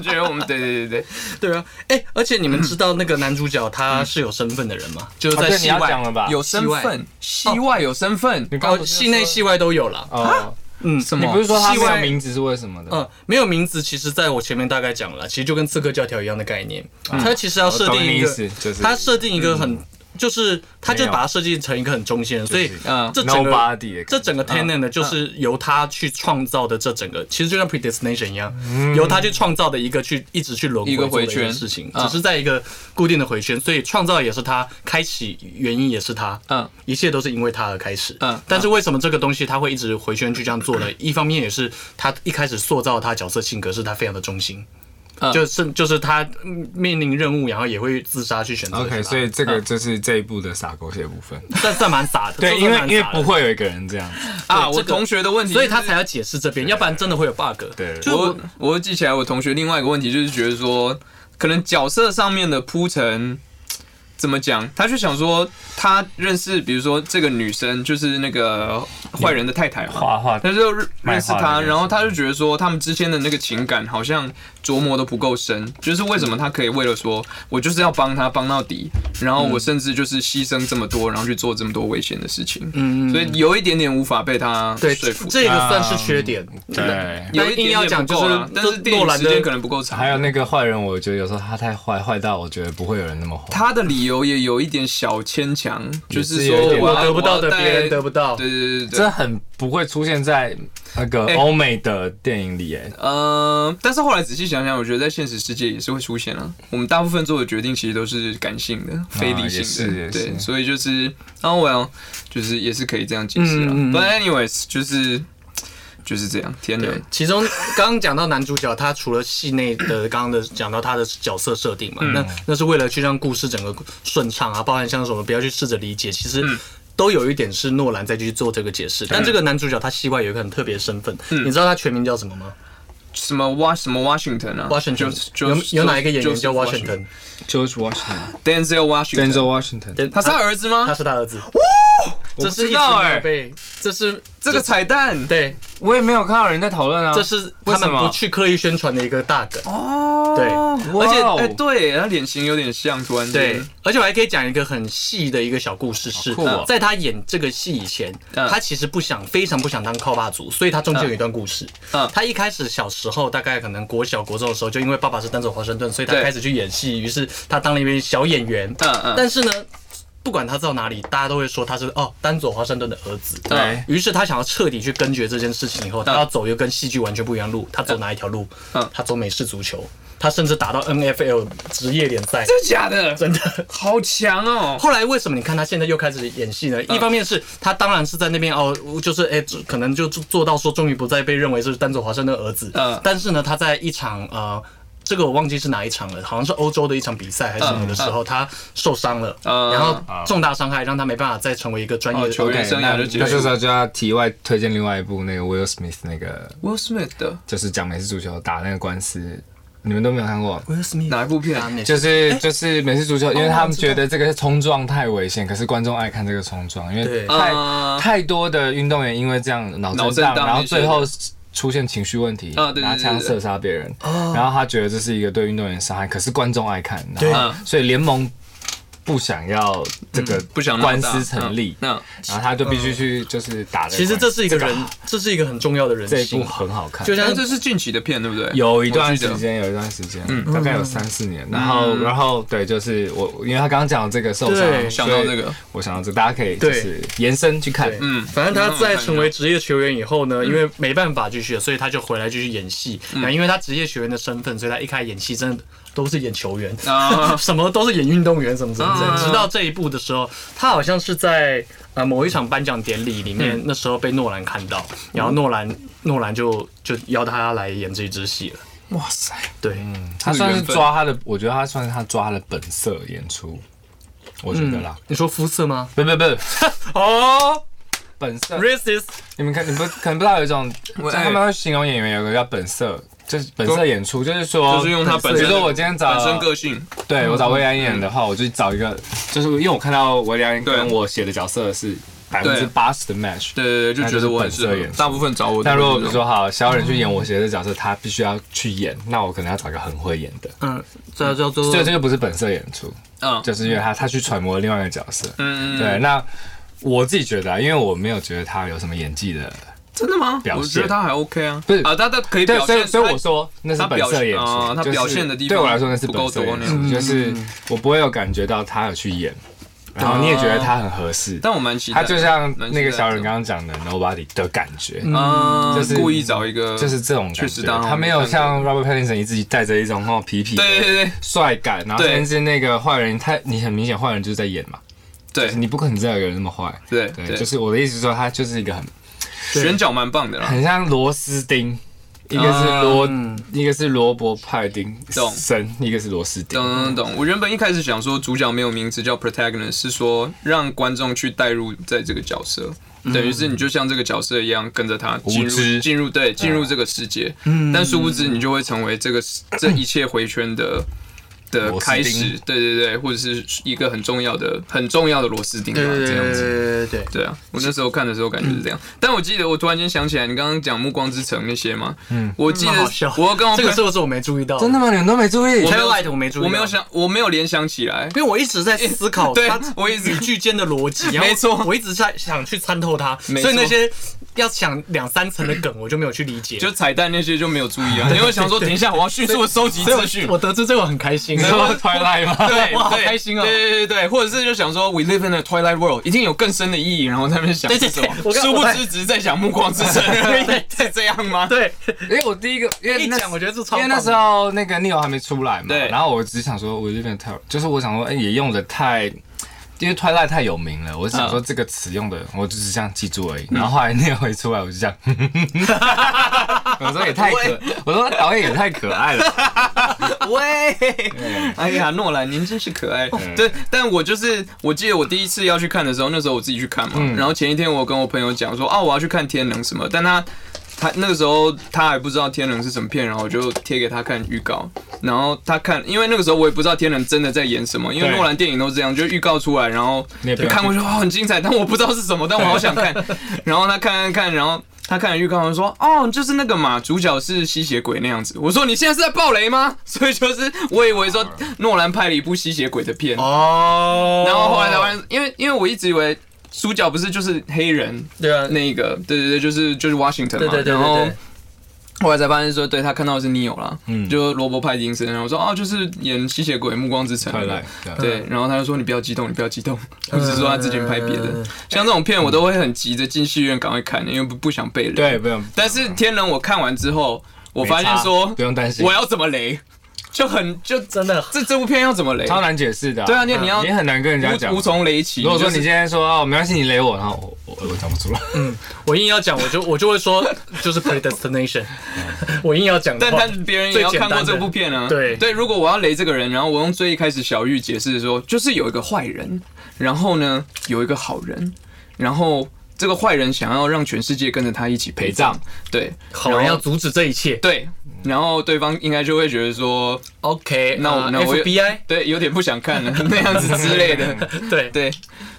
我觉得我们对对对对，对啊，哎，而且你们知道那个男主角他是有身份的人吗？就是嗯哦在啊对，你戏要外讲了吧？有身份，戏外有身份。你刚刚哦，不是戏内说戏外都有啦。哦，嗯，什你么？不是说他没戏有外名字是为什么的？嗯，没有名字，其实在我前面大概讲了，其实就跟刺客教条一样的概念，它其实要设定我嗯哦一懂你个意思就是，它设定一个很，就是它就没有把它设计成一个很中心的，所以就是嗯这整个 Nobody 的感觉这整个 tenant 呢，就是由他去创造的这整个，其实就像 predestination 一样，嗯由他去创造的一个去一直去轮一个回回啊做的圈事情，嗯只是在一个固定的回圈，所以创造也是他，开启原因也是他，嗯一切都是因为他而开始。嗯但是为什么这个东西他会一直回圈去这样做呢？啊 *clears throat* 一方面也是他一开始塑造他角色性格是他非常的忠心，啊嗯就是就是他嗯面临任务，然后也会自杀去选择的是他。 OK，所以这个就是这一部的撒狗血部分。但算蛮傻的，对，这因为算蛮因为傻的不。会有一个人这样。啊，我这个同学的问题，所以他才要解释这边，要不然真的会有 bug。对 *laughs* 就我我我又记起来，我同学另外一个问题就是觉得说，可能角色上面的铺陈怎么讲，他就想说他认识，比如说这个女生就是那个坏人的太太嘛，画画他就认认卖画的识她，那个然后他就觉得说他们之间的那个情感好像琢磨的不够深，就是为什么他可以为了说我就是要帮他帮到底，然后嗯我甚至就是牺牲这么多，然后去做这么多危险的事情，嗯所以有一点点无法被他对，说服。这个算是缺点。嗯对。有一点硬要点讲不够啦就是但是电诺影兰时的间可能不够长。还有那个坏人，我觉得有时候他太坏，坏到我觉得不会有人那么坏。他的理由也有一点小牵强，就也是说有一点我我要得不到的，我要带别人得不到。对对对对对这。很不会出现在那个哎欧美的电影里，哎，呃，但是后来仔细想想，我觉得在现实世界也是会出现啊。我们大部分做的决定其实都是感性啊的、非理也性是的，也是对，所以就是啊，well，就是也是可以这样解释了。嗯嗯嗯 But anyways，就是就是这样，天哪对，，其中刚刚讲到男主角，他除了戏内的刚刚的讲到他的角色设定嘛，嗯那那是为了去让故事整个顺畅啊，包含像什么不要去试着理解，其实。嗯都有一点是诺兰再去做这个解释，但这个男主角他戏外有一个很特别的身份，嗯你知道他全名叫什么吗啊什么 Was 什么 Washington 啊？Washington，就有有哪一个演员叫 Washington？Denzel George Washington。 Washington， Washington，他是他儿子吗他？是他儿子。这哦我是不知一直道没欸有被，这是这个彩蛋，对，我也没有看到有人在讨论啊。这是他为什们么不去刻意宣传的一个大梗。哦，对而且哇哦哎、对，他脸型有点像，突然对间，，而且我还可以讲一个很细的一个小故事，是酷哦在他演这个戏以前，嗯他其实不想，非常不想当靠霸族，所以他中间有一段故事嗯。他一开始小时候，大概可能国小、国中的时候，就因为爸爸是丹走华盛顿，所以他对开始去演戏，于是他当了一名小演员。嗯嗯但是呢。不管他到哪里，大家都会说他是哦丹佐华盛顿的儿子。对于是他想要彻底去根绝这件事情以后，他要走一个跟戏剧完全不一样的路。他走哪一条路嗯？他走美式足球，他甚至打到 NFL 职业联赛。真的假的？真的，好强哦！后来为什么你看他现在又开始演戏呢？嗯一方面是他当然是在那边哦，就是哎、可能就做到说终于不再被认为是丹佐华盛顿儿子。嗯但是呢，他在一场呃。这个我忘记是哪一场了，好像是欧洲的一场比赛还是什么的时候，他受伤了，嗯然后重大伤害让他没办法再成为一个专业哦的球员生涯就结束那这时候就要题外推荐另外一部那个 Will Smith 那个， Will Smith 的就是讲美式足球打那个官司，你们都没有看过。 Will Smith 哪一部片？就是哎就是美式足球，因哦为他们觉得这个冲撞太危险，可是观众爱看这个冲撞，因为对太嗯太多的运动员因为这样脑脑震震荡，荡然后那些的最后出现情绪问题啊对对对，拿枪对对射杀别人，然后他觉得这是一个对运动员伤害，可是观众爱看，哦对然后所以联盟不想要这个嗯不想闹大官司成立，嗯嗯然后他就必须去就是打个官司。其实这是一个人，好这是一个很重要的人这一部性，很好看，就像但这是近期的片，对不对？有一段时我记得间，有一段时间，嗯大概有三四年。然后，然后对，就是我，因为他刚刚讲这个受伤，对想到这个，我想到这个，大家可以就是延伸去看对。嗯，反正他在成为职业球员以后呢，因为没办法继续了，所以他就回来继续演戏。然后因为他职业球员的身份，所以他一开始演戏真的都是演球员，啊什么都是演运动员，什么什么之类啊的。直到这一步的时候，他好像是在呃某一场颁奖典礼里面，那时候被诺兰看到，然后诺兰诺兰就就邀他来演这一支戏了。哇塞，对，他算是抓他的，我觉得他算是他抓他的本色演出，我觉得啦，你说肤色吗？嗯不不不，哦本色。 ，racist，你们看，你不可能不知道有一种，他们会形容演员有个叫本色。就是本色演出，就是说，就是用他本身比的如说我今天找本身个嗯性，对我找维安演的话，我就找一个，就是因为我看到维安跟对我写的角色是百分之八十的 match。对对对，就觉得我很适那就是本色合演。出大部分找我都那是这种，如果比如说好，小人去演我写的角色，他必须要去演，那我可能要找一个很会演的，嗯，这叫做所以这就不是本色演出，嗯，就是因为他他去揣摩另外一个角色。嗯对，那我自己觉得啊，因为我没有觉得他有什么演技的，真的吗？表我觉现得他还 OK 啊，不是啊，他他可以对表，所以现，所以他我说那是他本表色现演出啊，他就是表现的地对方我来说那是不本够色多演那嗯出，就是我不会有感觉到他有去演，然后你也觉得他很合适，但我蛮期待他的，就像蛮期那个待小嗯的人刚刚讲的 nobody 的感觉，啊，嗯就是故意找一个，就是这种确感实觉。当然他没有像 Robert Pattinson 一直带着一种那种痞痞的对对对帅感，然后对甚至那个坏人，他你很明显坏人就是在演嘛，对你不可能知道有个人那么坏。对对，就是我的意思是说，他就是一个很选角蛮棒的啦，很像螺丝钉。一个是罗，一个是罗伯派丁嗯懂森，一个是螺丝钉懂。懂懂。我原本一开始想说主角没有名字叫 protagonist，是说让观众去代入在这个角色。嗯等于是你就像这个角色一样跟着他进入知进入嗯对进入这个世界，但殊不知你就会成为这个这一切回圈的 *coughs* 的螺丝开钉始，对对对，或者是一个很重要的很重要的螺丝钉吧，对对嗯这样对子。对对对。对啊，我那时候看的时候感觉是这样，但我记得我突然间想起来，你刚刚讲《暮光之城》那些嘛，嗯，我记得蛮好笑我跟我这个朋是不是我没注意到？真的吗？你们都没注意？我没有 Taillight 我没注意到我没有想，我没有联想起来，因为我一直在思 *laughs* 考对它我一直语句间的逻辑，没错然后我一直在想去参透它，没错所以那些要想两三层的梗，我就没有去理解。就彩蛋那些就没有注意啊，因为我想说，等一下我要迅速的收集资讯。我得知这个我很开心你，说 Twilight 吗？对，哇好对开心哦对对对对，或者是就想说，we live in a twilight world，一定有更深的意义，然后在那边想对对是对什么，我刚殊不我在知只是在想暮光之 *laughs* 城而已， *laughs* 是这样吗？对，因为我第一个，因为哎一那讲我觉得是超因为那时候那个 Neo 还没出来嘛，对然后我只想说，我这边太，就是我想说，哎、也用的太，因为 Twilight 太有名了，我只想说这个词用的，我只是这样记住而已。然后后来 Neo 一出来，我就这样， *laughs* 我说也太可，我说导演也太可爱了， *laughs* 喂， *laughs* 哎呀，诺兰您真是可爱。对，但我就是我记得我第一次要去看的时候，那时候我自己去看嘛，然后前一天我跟我朋友讲说啊，我要去看《天能》什么，但他他那个时候他还不知道天能是什么片，然后我就贴给他看预告，然后他看，因为那个时候我也不知道天能真的在演什么，因为对诺兰电影都这样，就预告出来，然后你也不就要看过去，哦，很精彩，但我不知道是什么，但我好想 *laughs* 看。然后他看看看，然后他看了预告，然后说，哦，就是那个嘛，主角是吸血鬼那样子。我说你现在是在暴雷吗？ *laughs* 所以就是我以为说诺兰拍了一部吸血鬼的片，哦然后后来台湾，因为因为我一直以为主角不是就是黑人对啊，那一个，对对对，就是就是 Washington 嘛，对对对对然后对，后来才发现说，对他看到的是 Neo 啦，嗯就是罗伯派金森，然后我说哦，就是演吸血鬼《暮光之城》快来的。，对对，然后他就说你不要激动，你不要激动。我只是说他之前拍别的嗯，像这种片我都会很急着进戏院赶快看，因为不不想被雷。对，，不用，但是天人我看完之后，我我发现说不用担心，我要怎么雷，就很就真的这这部片要怎么雷，超难解释的啊，对啊，你你要也很难跟人家讲啊无无。从雷起。如果说就你是今天说哦，没关系，你雷我，然后我我我讲不出来，我硬要讲，我就我就会说， *laughs* 就 *laughs* 是 predestination，我硬要讲的但话，但别人也要看过这部片啊。最简单的对对，如果我要雷这个人，然后我用最一开始小玉解释说，就是有一个坏人，然后呢有一个好人，然后这个坏人想要让全世界跟着他一起陪葬陪，对，好人然要后阻止这一切。对，然后对方应该就会觉得说， OK，那我呃那我也 FBI 对，有点不想看了 *laughs* 那样子之类的。 *laughs* 对对，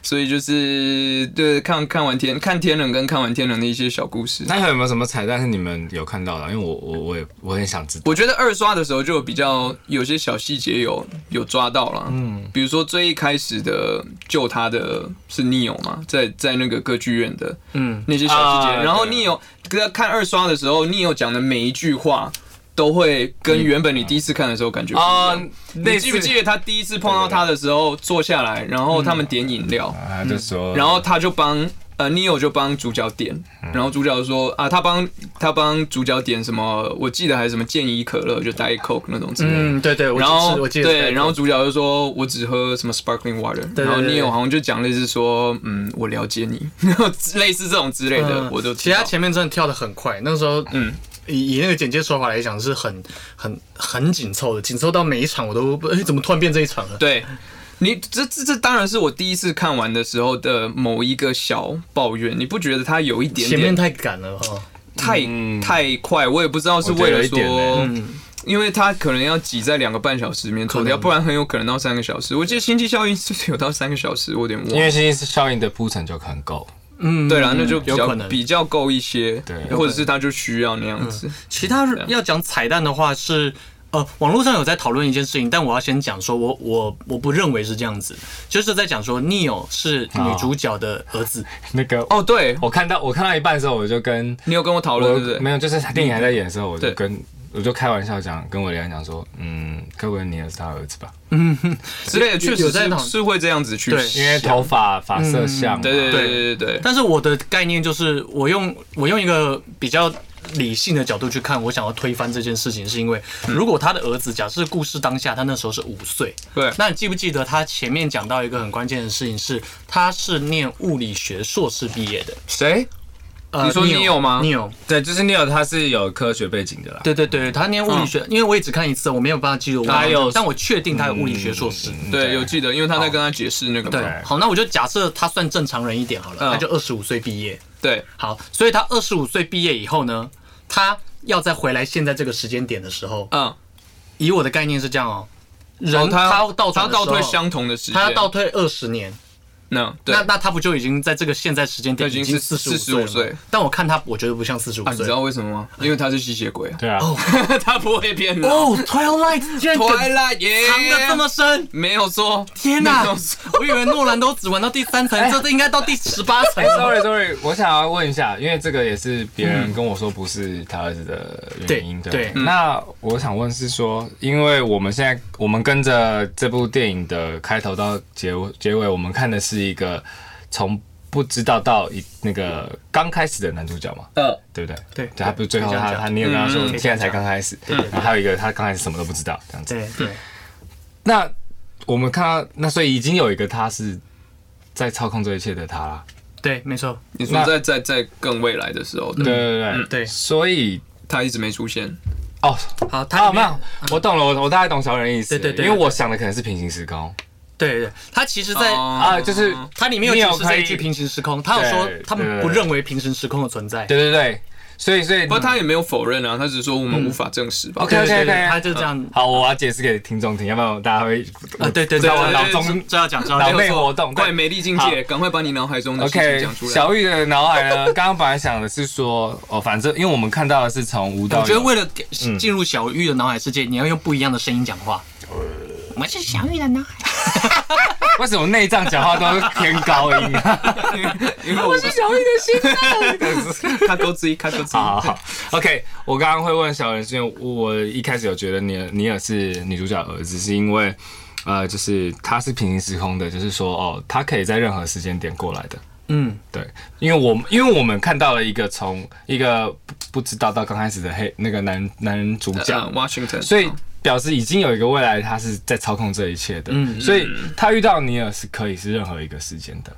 所以就是对看看完天看天冷跟看完天冷的一些小故事。那有没有什么彩蛋是你们有看到的？因为我我我也我很想知道。我觉得二刷的时候就有比较有些小细节有有抓到了，嗯，比如说最一开始的救他的是 Neo 嘛，在在那个歌剧院的嗯，那些小细节，啊然后对 Neo 跟看二刷的时候，Neo 讲的每一句话都会跟原本你第一次看的时候感觉不一啊样。，那你记不记得他第一次碰到他的时候坐下来，然后他们点饮料，啊？就说，然后他就帮呃 Neo 就帮主角点，嗯然后主角就说啊，他帮他帮主角点什么？我记得还是什么健怡可乐，就 Diet Coke 那种之类的。嗯，对对，我然记后得我记得对，然后主角就说：“我只喝什么 sparkling water。”对对然后对 Neo 好像就讲类似说：“嗯，我了解你， *laughs* 类似这种之类的。”嗯我都其知实道他前面真的跳的很快，那时候嗯嗯。以以那个简介手法来讲，是很很很紧凑的，紧凑到每一场我都不哎、怎么突然变这一场了？对你这这这当然是我第一次看完的时候的某一个小抱怨，你不觉得他有一点前点面太赶了哦。太嗯太快？我也不知道是为了我觉得有一点说。嗯因为他可能要挤在两个半小时里面走掉，不然很有可能到三个小时。我记得《星际效应》是不是有到三个小时？我有点忘了。因为星星效应的铺陈就很够，嗯，对啦，那就比有较可能比较够一些，对或者是他就需要那样子，其他要讲彩蛋的话是，呃，网络上有在讨论一件事情，但我要先讲说我，我我不认为是这样子，就是在讲说 Neo 是啊女主角的儿子，那个哦，哦，对我看到我看到一半的时候，我就跟你有跟我讨论我对不没对？有，就是电影还在演的时候，我就对跟我就开玩笑讲，跟我连讲说，嗯，该不会你也是他儿子吧？之类的，确实有在是讨是会这样子去对想，因为头发发色像嘛，啊对对对对对对对，但是我的概念就是，我用我用一个比较理性的角度去看，我想要推翻这件事情，是因为嗯如果他的儿子，假设故事当下他那时候是五岁，嗯对那你记不记得他前面讲到一个很关键的事情是，他是念物理学硕士毕业的，谁？呃你说 Neo 吗 n e o 对，就是 Neil 他是有科学背景的啦，对对对，他念物理嗯学，因为我也只看一次，我没有办法记住。他有但我确定他有物理学硕士。对，有记得，因为他在跟他解释那个对嘛，，好，那我就假设他算正常人一点好了，嗯他就二十五岁毕业。对好，所以他二十五岁毕业以后呢，他要再回来现在这个时间点的时候，嗯，以我的概念是这样哦，然人后他要倒他转要的时候倒退相同的时间，他要倒嗯退二十年，那对那那他不就已经在这个现在时间点他已经经是四十五45岁了岁吗？但我看他，我觉得不像四十五啊，你岁知。道为什么吗？因为他是吸血鬼啊，对啊， *laughs* 他不会变的。哦，Twilight 居然梗藏 Twilight 耶，的这么深，没有错，*laughs* 天哪没有错！我以为诺兰都只玩到第三层，这应该到第十八层。 *laughs* Sorry Sorry，我想要问一下，因为这个也是别人跟我说不是他儿子的原因嗯对对对嗯那我想问是说，因为我们现在我们跟着这部电影的开头到结尾结尾，我们看的是一个从不知道到一那个刚开始的男主角嘛，呃，对不对？对他不是最后可以这样他讲他你有跟他说嗯现在才刚开始，然后还有一个他刚开始什么都不知道这样子。对对，那我们看到那所以已经有一个他是在操控这一切的他啦。对，没错，你说那在在在更未来的时候，对对，对对对所以他一直没出现，哦，好，他好，里没面有，我懂了，我我大概懂小人的意思。对对对因为我想的可能是平行时空对对，他其实在哦啊，就是他里面有解释这一你句有可以平行时空，他有说对他们对不认为平行时空的存在。对对对，所以所以不过他也没有否认啊，他只是说我们无法证实吧。嗯 OK OK 对对对 OK，他就这样好，我要解释给听众听，要不然大家会啊，对对知对，道我脑对中这要讲，这要脑讲内活动。快对美丽境界，赶快把你脑海中的事情 OK，讲出来。小玉的脑海呢，刚刚本来想的是说，哦，反正因为我们看到的是从无到我有，觉得为了给进入小玉的脑海世界，你要用不一样的声音讲话。我们是小玉的脑海。为什么内脏讲话都是偏高音啊？因为我是小玉的心脏，咔勾之一，咔勾之 *laughs* 好好一。好，OK，我刚刚会问小人，是因为我一开始有觉得尼尔尼尔是女主角的儿子，是因为呃，就是他是平行时空的，就是说哦，他可以在任何时间点过来的。嗯，对，因为我们因为我们看到了一个从一个不不知道到刚开始的黑那个男男主角，讲呃 Washington，所以表示已经有一个未来，他是在操控这一切的。嗯所以他遇到尼尔是可以是任何一个时间的，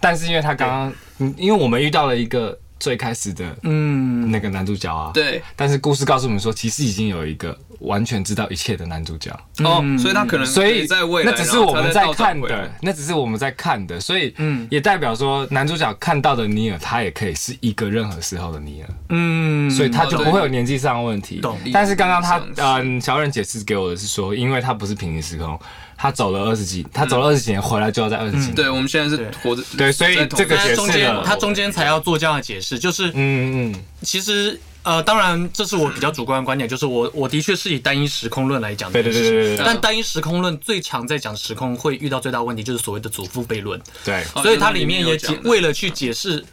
但是因为他刚刚，嗯因为我们遇到了一个最开始的嗯，那个男主角啊，。对但是故事告诉我们说，其实已经有一个完全知道一切的男主角，哦，所以他可能嗯所以在未来，那只是我们在在看的，那只是我们在看的，所以嗯也代表说男主角看到的尼尔，他也可以是一个任何时候的尼尔。嗯，所以他就哦对不会有年纪上的问题懂。但是刚刚他理解上呃，小人解释给我的是说，因为他不是平行时空，他走了二十几，他走了二十几年回来就要在二十几年。对，我们现在是嗯对活着，对所以在同这个在解释中了间他中间才要做这样的解释，就是嗯嗯其实呃，当然这是我比较主观的观点，就是我我的确是以单一时空论来讲这件事情。对对对对对对但单一时空论最常在讲时空会遇到最大问题，就是所谓的祖父悖论。对，哦所以它里面也就是解里面有讲的为了去解释。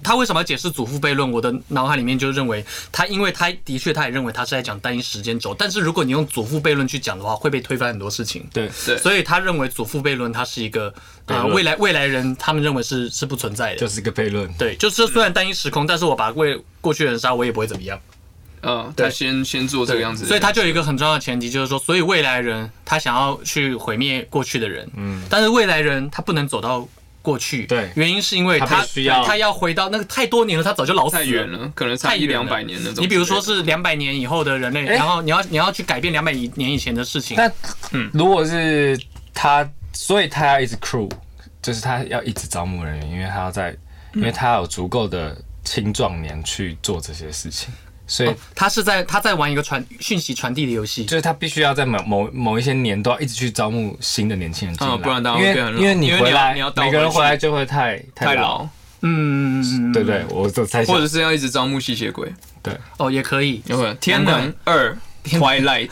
他为什么要解释祖父悖论？我的脑海里面就认为他，因为他的确他也认为他是在讲单一时间轴，但是如果你用祖父悖论去讲的话，会被推翻很多事情。对对所以他认为祖父悖论它是一个悖啊、论未来未来人他们认为是是不存在的。就是一个悖论。对，就是虽然单一时空，但是我把未过去的人杀，我也不会怎么样。嗯，对他先先做这个样子，所以他就有一个很重要的前提，就是说，所以未来人他想要去毁灭过去的人，嗯，但是未来人他不能走到过去，对原因是因为他他必须要他要回到那个太多年了，他早就老死太远。了，可能差太一远两了百年那种。你比如说是两百年以后的人类，哎然后你要你要去改变两百年以前的事情，那嗯如果是他，所以他要一直 crew，就是他要一直招募人员，因为他要在，因为他有足够的青壮年去做这些事情，所以他是在他在玩一个传讯息传递的游戏就，是他必须要在某某某一些年都要一直去招募新的年轻人进来，嗯不然大家因会为变很老因为你因为你回来要你要，倒每个人回去回来就会太太老，老，嗯，对不对？我我猜想或者是要一直招募吸血鬼，对，哦也可以，有没有？天难能二 *laughs* Twilight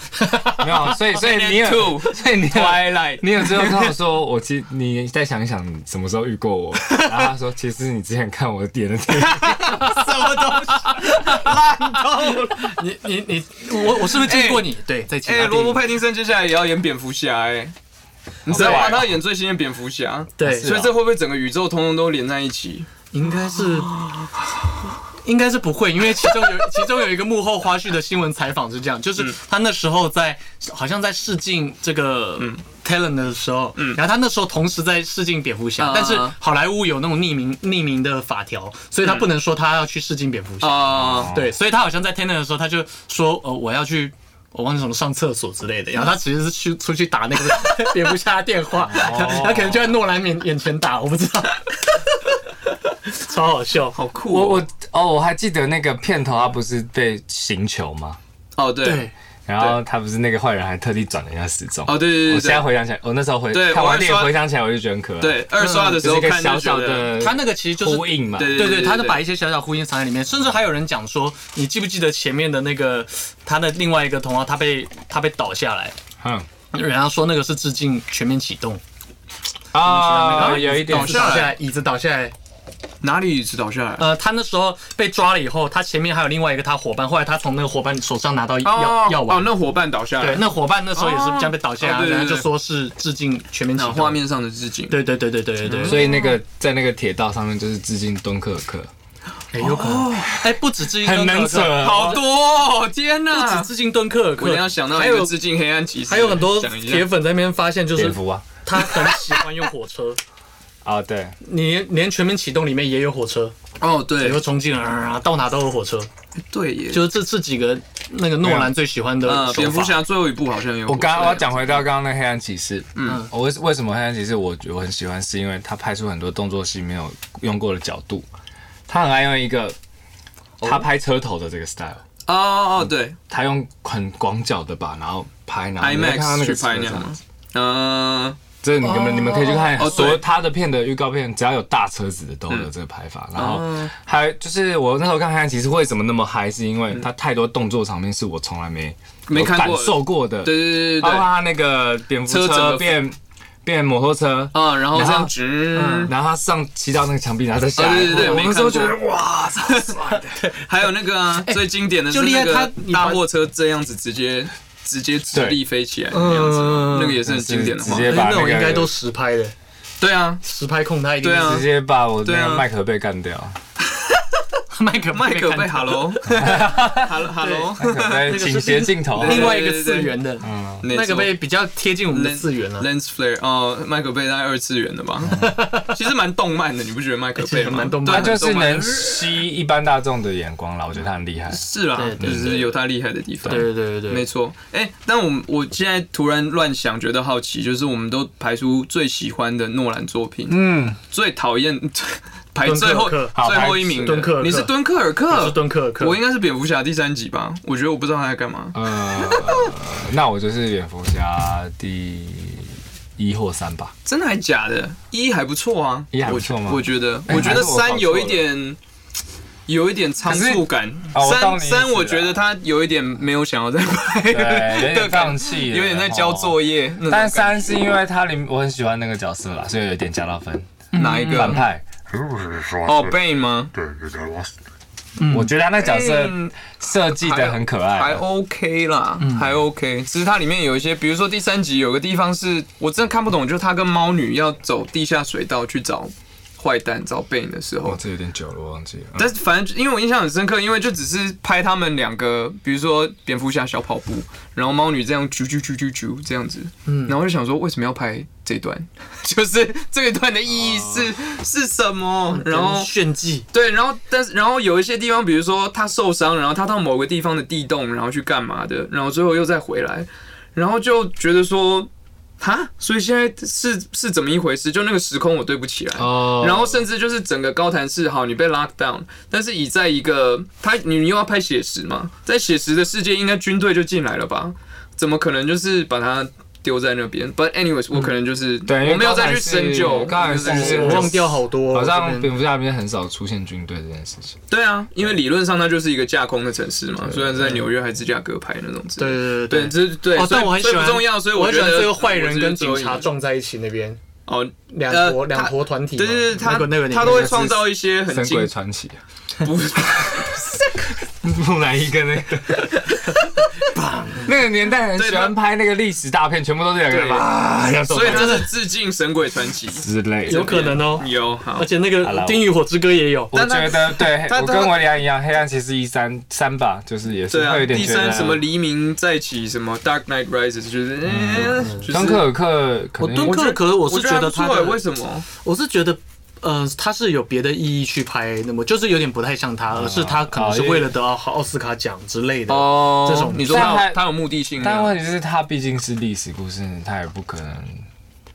没有，所以所以 *laughs* 你有， Two 所以你有。 Twilight， *laughs* 哎你有之后跟我说，我其你再想一想什么时候遇过我， *laughs* 然后他说，其实你之前看我点的 *laughs* 电影， *laughs* 你你你，我我是不是见过你？对，在其他哎，电影罗伯·派丁森接下来也要演蝙蝠侠哎。你知道好吗？快哦他演最新的蝙蝠侠，啊对啊所以这会不会整个宇宙通通都连在一起？应该是，应该是不会，因为其中有其中有一个幕后花絮的新闻采访是这样，就是他那时候在好像在试镜这个 talent 的时候，然后他那时候同时在试镜蝙蝠侠啊，但是好莱坞有那种匿名匿名的法条，所以他不能说他要去试镜蝙蝠侠，哦啊，对，所以他好像在 talent 的时候他就说，呃，我要去。我忘记什么上厕所之类的，然后他其实是去出去打那个 *laughs* 蝙蝠侠的 *laughs* 电话，哦他可能就在诺兰面眼前打，我不知道，超好笑。好酷我哦！我哦，我还记得那个片头，他不是被刑求吗？哦，对对，然后他不是那个坏人还特地转了一下时钟。哦对对对我现在对回想起来，我那时候回对看我还完电影刷回想起来，我就觉得很可爱。对，二刷的时就嗯是候一个看小就觉小得，的他那个其实就是呼应嘛。对对对，他就把一些小小呼应藏在里面，甚至还有人讲说，你记不记得前面的那个他的另外一个同行，他被他被倒下来，嗯然后说那个是致敬全面启动，啊，有一点倒下倒来下来椅子倒下来，哪里椅子倒下来？呃，他那时候被抓了以后，他前面还有另外一个他伙伴，后来他从那个伙伴手上拿到药药哦，丸，那伙伴倒下来，对，那伙伴那时候也是这样被倒下哦哦来，对对对然后就说是致敬全面启那动，画，面上嗯的致敬，对对对对对对所对，以那个在那个铁道上面就是致敬敦刻尔克，哎有可哦能，哎不止致敬很敦刻尔能克扯，啊好多哦，天不止哪！致敬敦刻尔克，我一定要想到还一有个致敬黑暗骑士，还有很多想一下铁粉在那边发现，就蝙是蝠啊他很喜欢用火车，啊，对，你连全面启动里面也有火车，哦，也对有，冲进人啊，到哪都有火车，对耶，就是这这几个那个诺兰最喜欢的呃，手蝙蝠法。侠最后一部好像有火车，我刚我要讲回到刚刚那黑暗骑士，嗯，我为为什么黑暗骑士我我很喜欢，是因为他拍出很多动作戏没有用过的角度，他很爱用一个他拍车头的这个 style，哦哦对他用很广角的吧，然后拍，然后啊你再看他，IMAX 那去个拍那车样这吗子。？嗯，这你们你们可以去看哦所有对嗯他的片的预告片，只要有大车子的都有这个拍法。然后哦还就是我那时候看《黑暗骑士》为什么那么嗨，是因为它太多动作场面是我从来没没看有过感受啊过的，对对对对包括对，他那个蝙蝠车整个车变变摩托车，啊，然后这然样后嗯直，然后他上骑到那个墙壁，然后再下来。嗯啊对对对我没那时候觉看过 *laughs* 得哇，超帅的。 *laughs* 还有那个啊最经典的是就厉那害个他大货车这样子直接直接直立飞起来那样子嘛，嗯那个也是很经典的画直面。接而且把那种那个应该都实拍的，对啊，实拍控他一定对啊直接把我对那啊个麦克被干 *laughs* 掉，是麦克麦克贝看到，Hello，Hello，Hello，麦克被倾斜镜头。对嗯另外一个次元的麦麦克贝比较贴近我们的次元啊了， Lens Flare 哦，麦克贝大概二次元的吧， *laughs* 其实蛮动漫的，你不觉得麦克贝吗？其实嗯蛮动对漫他啊，很就是动漫能吸一般大众的眼光啦，我觉得他很厉害。是啦对，就对是有他厉害的地方。对对对对没对，错，哎、但我我现在突然乱想，觉得好奇，就是我们都排出最喜欢的诺兰作品，嗯，最讨厌 *laughs* 排最后敦刻尔克好最后一名的，敦刻尔克你是敦刻尔克，我是敦刻尔克我应该是蝙蝠侠第三集吧？我觉得我不知道他在干嘛。呃，那我就是蝙蝠侠第一或三 *laughs* 吧。真的还假的？一还不错啊，一还不错吗我觉得，哎我觉得还是我搞错三了有一点，有一点仓促感。可是哦我三懂你意思三，我了觉得他有一点没有想要再拍对，有的点感放觉，弃 *laughs* 了，有点在交作业。业那种感但觉。三是因为他里我很喜欢那个角色啦，所以有点加到分。哪一个嗯反派，哦，Bane 吗？我觉得他那角色嗯设哎计的很可还爱。啊 OK 啦，嗯还 OK。只是它里面有一些，比如说第三集有个地方是我真的看不懂，就是他跟猫女要走地下水道去找坏蛋找 Bane 的时候哦，，这有点久了，我忘记了。但是反正因为我印象很深刻，因为就只是拍他们两个，比如说蝙蝠侠小跑步，然后猫女这样啾啾啾啾啾这样子，嗯，然后我就想说为什么要拍这一段， *laughs* 就是这一段的意义是、是什么？然后炫技，对，然后但是然后有一些地方，比如说他受伤，然后他到某个地方的地洞，然后去干嘛的，然后最后又再回来，然后就觉得说，哈，所以现在是是怎么一回事？就那个时空我对不起来，哦嗯然后甚至就是整个高谭市，好，你被 lock down，但是以在一个他你又要拍写实嘛，在写实的世界，应该军队就进来了吧？怎么可能就是把它丢在那边？But anyways，我可嗯能就是、对因为我没有再去深究，高谭我市没有再去深究我忘掉好多哦，好像这边蝙蝠侠里面很少出现军队这件事情。对啊，因为理论上它就是一个架空的城市嘛，虽然是在纽约还芝加哥拍那种之类对的。对，对对这是对，所哦，以但我很所以喜欢，不重要，所以我我很觉喜欢得最后坏人跟警我是察撞在一起那边，哦，两呃国两他国团体嘛，对对对，他那个那个他都会那个创造一些很神精鬼传奇，啊不 *laughs* 木乃伊跟那 *laughs* 个，那个年代很喜欢拍那个历史大片，全部都是两个人对啊，要走 *laughs* 所以这是致敬《神鬼传奇》之类有的。可能哦，有好而，且那个好啦《我丁与火之歌》也有，我觉得 *laughs* 对，他我跟维里安一样，黑暗骑士一三三吧，就是也是对会有啊，点第觉三得什么黎明再起，什么 Dark Knight Rises，就是嗯，就是敦刻尔克，可我能敦我刻尔克，我我是觉得他还不错欸为的，什么？我是觉得。呃，他是有别的意义去拍，那么就是有点不太像他，而是他可能是为了得到奥斯卡奖之类的。哦这种你说但他还有他有目的性啊，但问题是，它毕竟是历史故事，它也不可能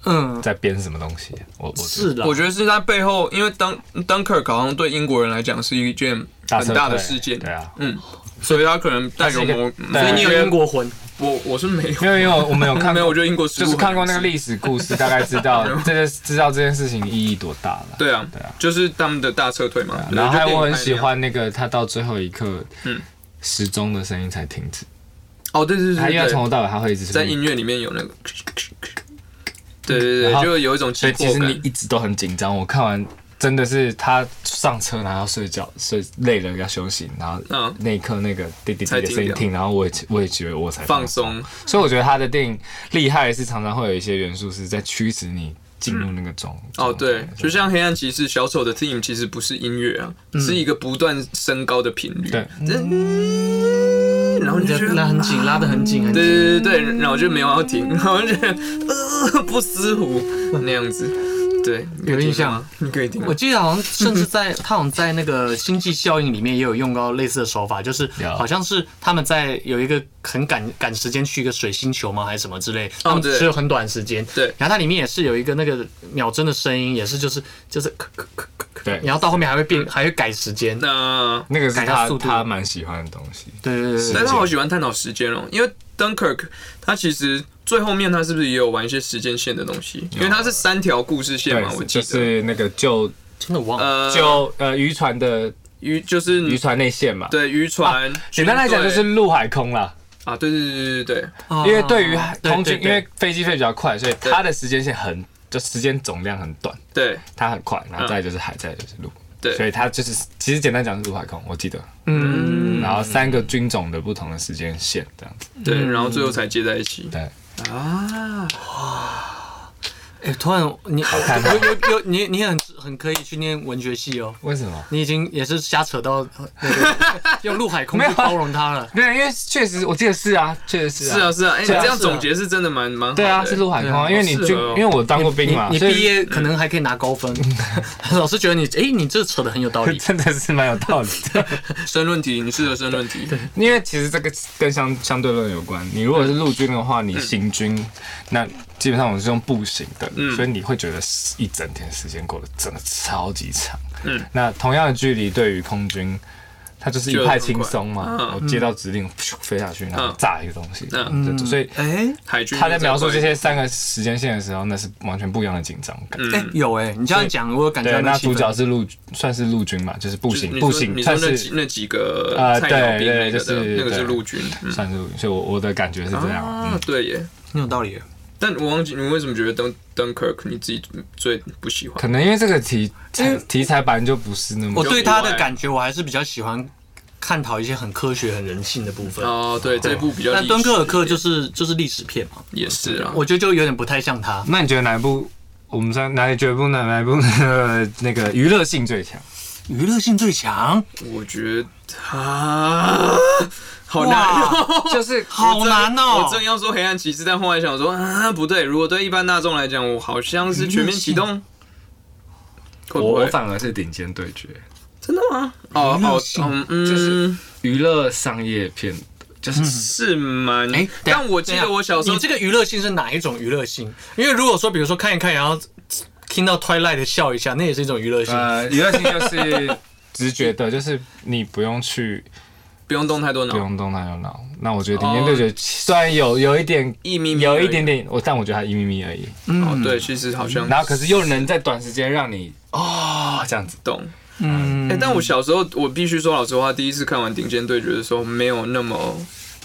嗯，在编什么东西。我我觉得是的，我觉得是他背后，因为当 Dunkirk 好像对英国人来讲是一件很大的事件，对啊，嗯，所以他可能带有某，它所以是你一有个英国魂，我我是没有，没有，因为我们有 *laughs* 看没有，我觉得英国就是看过那个，历史故事，大概知 *laughs* 道这个知道这件事情意义多大了。对啊，对啊啊就是他们的大撤退嘛，对然后还就有电影我很拍那喜样欢那个他到最后一刻，嗯时钟的声音才停止，哦，对对他对因为对对，从头到尾他会一直在音乐里面有那个，对对嗯然对，后就有一种急所以其迫实你感，一直都很紧张。我看完真的是他上车然后睡觉，睡累了要休息，然后嗯那一刻那个滴滴滴才的停声音掉停，然后我也我也觉得我才放松。所以我觉得他的电影厉害的是常常会有一些元素是在驱使你进入那个状哦，状态对，就像黑暗骑士小丑的 theme 其实不是音乐啊，是一个不断升高的频率，对，嗯，然后你就觉得拉很紧，拉得很紧，很紧。对对对对，然后就没有要停，然后就觉得呃不舒服那样子。对，有印象吗？你可以听我记得好像甚至在他好像在那个《星际效应》里面也有用到类似的手法，就是有好像是他们在有一个很赶赶时间去一个水星球吗，还是什么之类，他们对只有很短时间。对然后它里面也是有一个那个秒针的声音，也是就是就是咳咳咳咳咳，对然后到后面还会变还会改时间。那那个是改它他速度他蛮喜欢的东西。对对对但对是，他好喜欢探讨时间哦，因为 Dunkirk 他其实最后面他是不是也有玩一些时间线的东西？因为它是三条故事线嘛，我对，记就得。是那个救真的忘了。呃，救呃渔船的渔就是渔船内线嘛。，对渔船，啊简单来讲就是陆海空啦，啊，对对对对对对，因为哦对于空军，哦对对对因为飞机飞比较快，所以它的时间线很就时间总量很短，对它很快，然后再来就是海，再来就是陆。对所以它就是，其实简单讲是陆海空，我记得，嗯，然后三个军种的不同的时间线这样子，对，然后最后才接在一起。嗯对，啊，哎，突然你 *laughs* 看有有有你你很很可以去念文学系哦。为什么？你已经也是瞎扯到呃那 *laughs* 个用陆海空去包容它了。对，因为确实我记得是啊，确实是是啊是啊，哎，你是啊这样是啊总结是真的蛮蛮好的欸对啊，是陆海空啊，因为你好适军合哦，因为我当过兵嘛，你所以毕业可能还可以拿高 *laughs* 分，老师觉得你，哎、你这扯的很有道 *laughs* 理。真的是蛮有道理的。申论题，你适合申论题。因为其实这个跟相相对论有关。你如果是陆军的话，你行军，那基本上我是用步行的，嗯所以你会觉得一整天时间过得真的超级长。嗯那同样的距离对于空军，它就是一派轻松就很嘛快。我接到指令，咻飞下去，然后炸一个东西，嗯就所以。 *laughs* 哎、海军他在描述这些三个时间线的时候，那是完全不一样的紧张感。嗯哎、有哎、你这样讲，我有感觉对，到那气氛主角是陆，算是陆军嘛，就是步就是行，你步说行你说算那几是那几个呃菜鸟兵对那对个就的，是那个是对陆军。嗯算是陆军，所以我我的感觉是这样。嗯啊，对耶。很有道理耶。但我忘记你为什么觉得登登 Kirk 你自己最不喜欢？可能因为这个题材题材本来就不是那么我对他的感觉，我还是比较喜欢探讨一些很科学、很人性的部分。哦，对，这部比较历史但一点。敦刻尔克就是就是历史片嘛，也是啊，我觉得就有点不太像他。那你觉得哪一部？我们在哪里觉得不哪哪一部 *laughs* 那个娱乐性最强？娱乐性最强，我觉得他好难哦。就是好 *laughs* 难我哦、正要说黑暗骑士，但后来想说啊，不对，如果对一般大众来讲，我好像是全面启动。会不我会反而是顶尖对决，真的吗？哦哦，嗯嗯，就是娱乐商业片，就是嗯是蛮哎，等一下但我记得我小时候你这个娱乐性是哪一种娱乐性？因为如果说，比如说看一看，然后听到 Twilight 笑一下，那也是一种娱乐性。呃，娱乐性 *laughs* 就是直觉的，就是你不用去不用动太多不脑，用动太多脑。那我觉得顶尖对决虽然有有一点一咪咪有而哦一已点点，我但我觉得它一咪咪而已。哦，对，其实好像然后可是又能在短时间让你嗯哦这样子。懂。嗯哎、但我小时候，我必须说老实话，第一次看完《顶尖对决》的时候，没有那么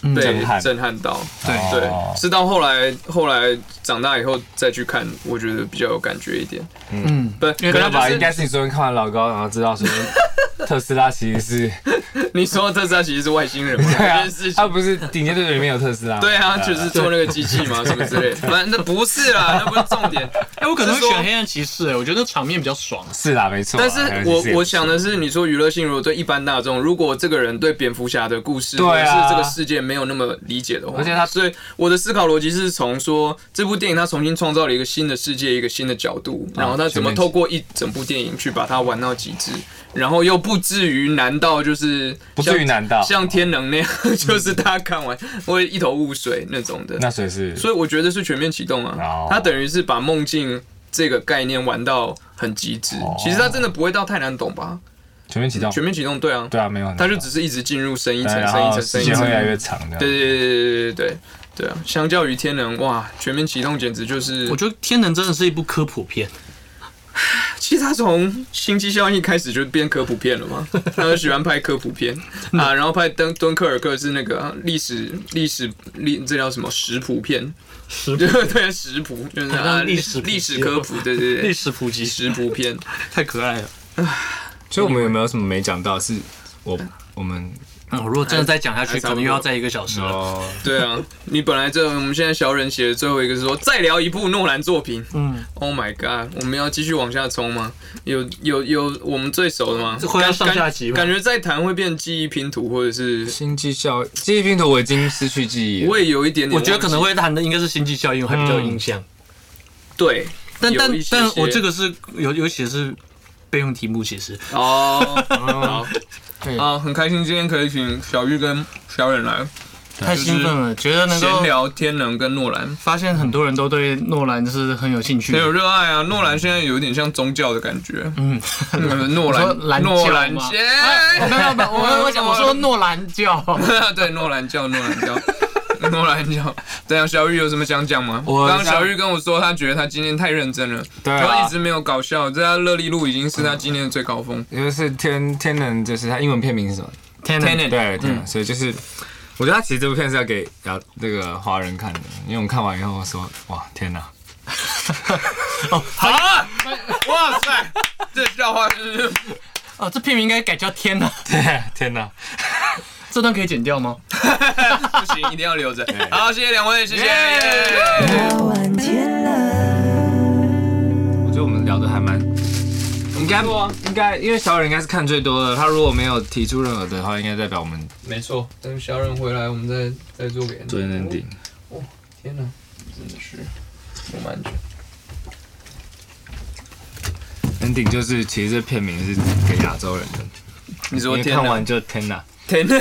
被嗯震撼震撼到。对对哦，是到后来，后来长大以后再去看，我觉得比较有感觉一点。嗯，不，因可为对能吧？应就该是你昨天看完老高，然后知道说特斯拉其 *laughs* 实是是你说特斯拉其实是外星人嘛， *laughs* 对啊这件事，他情。不是顶尖对决里面有特斯拉吗，对啊，就是做那个机器嘛，什么之类的。反正那不是啦，那不是重点。哎，我可能会是说选黑暗骑士，哎我觉得场面比较爽。是啦，没错啊。但是还有我就是我想的是，你说娱乐性，如果对一般大众，如果这个人对蝙蝠侠的故事对或者啊是这个世界没有那么理解的话，而且他所以我的思考逻辑是从说这部电影它重新创造了一个新的世界，一个新的角度，然后他怎么啊全面透过一整部电影去把它玩到极致，然后又不至于难到就是不至于像难到像天能那样， *laughs* 就是大家看完会一头雾水那种的。那所以是所以我觉得是全面启动哦啊，它等于是把梦境这个概念玩到很极致。其实它真的不会到太难懂吧？全面启动，全面启动，对啊，对啊，没有很它难就懂，只是一直进入深一层对，然深一后层、时深一间层。会越来对越长这样。对对对对对对对啊！相较于天能，哇，全面启动简直就是我，觉得《天能》真的是一部科普片，其实他从星际效应开始就变科普片了 *laughs* 嘛，他就喜欢拍科普片啊，然后拍敦敦刻尔克是那个啊历史历史历这叫什么食谱片，食对 *laughs* 对食谱就是啊历史谱历史科普，对对对，历史普及食谱片，太可爱了。所以我们有没有什么没讲到？是我我们嗯，如果真的再讲下还去，差不多可能又要再一个小时了。哦，对啊，你本来这我们现在小忍写的最后一个是说再聊一部诺兰作品嗯， ，Oh my god，我们要继续往下冲吗？有有有，我们最熟的吗？这会要上感下集吗感觉再谈会变记忆拼图，或者是星际效记忆拼图我已经失去记忆了我。也有一点点我忘记，觉得可能会谈的应该是《星际效应》，我还比较有印象。对，但但有一些但我些这个是尤尤其是备用题目，其实哦，嗯对啊，很开心今天可以请小玉跟小远来太兴奋了，觉得能闲够嗯聊天能跟诺兰，发现很多人都对诺兰是很有兴趣很有的。热爱啊。诺兰现在有点像宗教的感觉，嗯，嗯诺你说兰蓝教吗诺兰没有没有， *laughs* 我我想我说诺兰教， *laughs* 对，诺兰教，诺兰教。诺兰教，对啊，小玉有什么想讲吗？我刚刚小玉跟我说，她觉得她今天太认真了，对然后啊一直没有搞笑。这她乐力路已经是她今天的最高峰。就是天天能，就是他英文片名是什么？天哪 Tenet 对，天能，所以就是。我觉得他其实这部片是要给亚那个华人看的，因为我们看完以后说，哇，天哪！好啊了，哇塞，这笑话是哦，这 *laughs* 片名应该改叫 *laughs* 天哪，对，天哪！这段可以剪掉吗？不行，一定要留着。好，谢谢两位，谢谢。完天了。我觉得我们聊的还蛮，应该应该，因为小人应该是看最多的，他如果没有提出任何的话，应该代表我们没错，等小忍回来，我们再再做给你。做 ending。哦天哪，真的是不安全。 ending 就是其实这片名是给亚洲人的，你因说为天看哪完就天哪，天哪，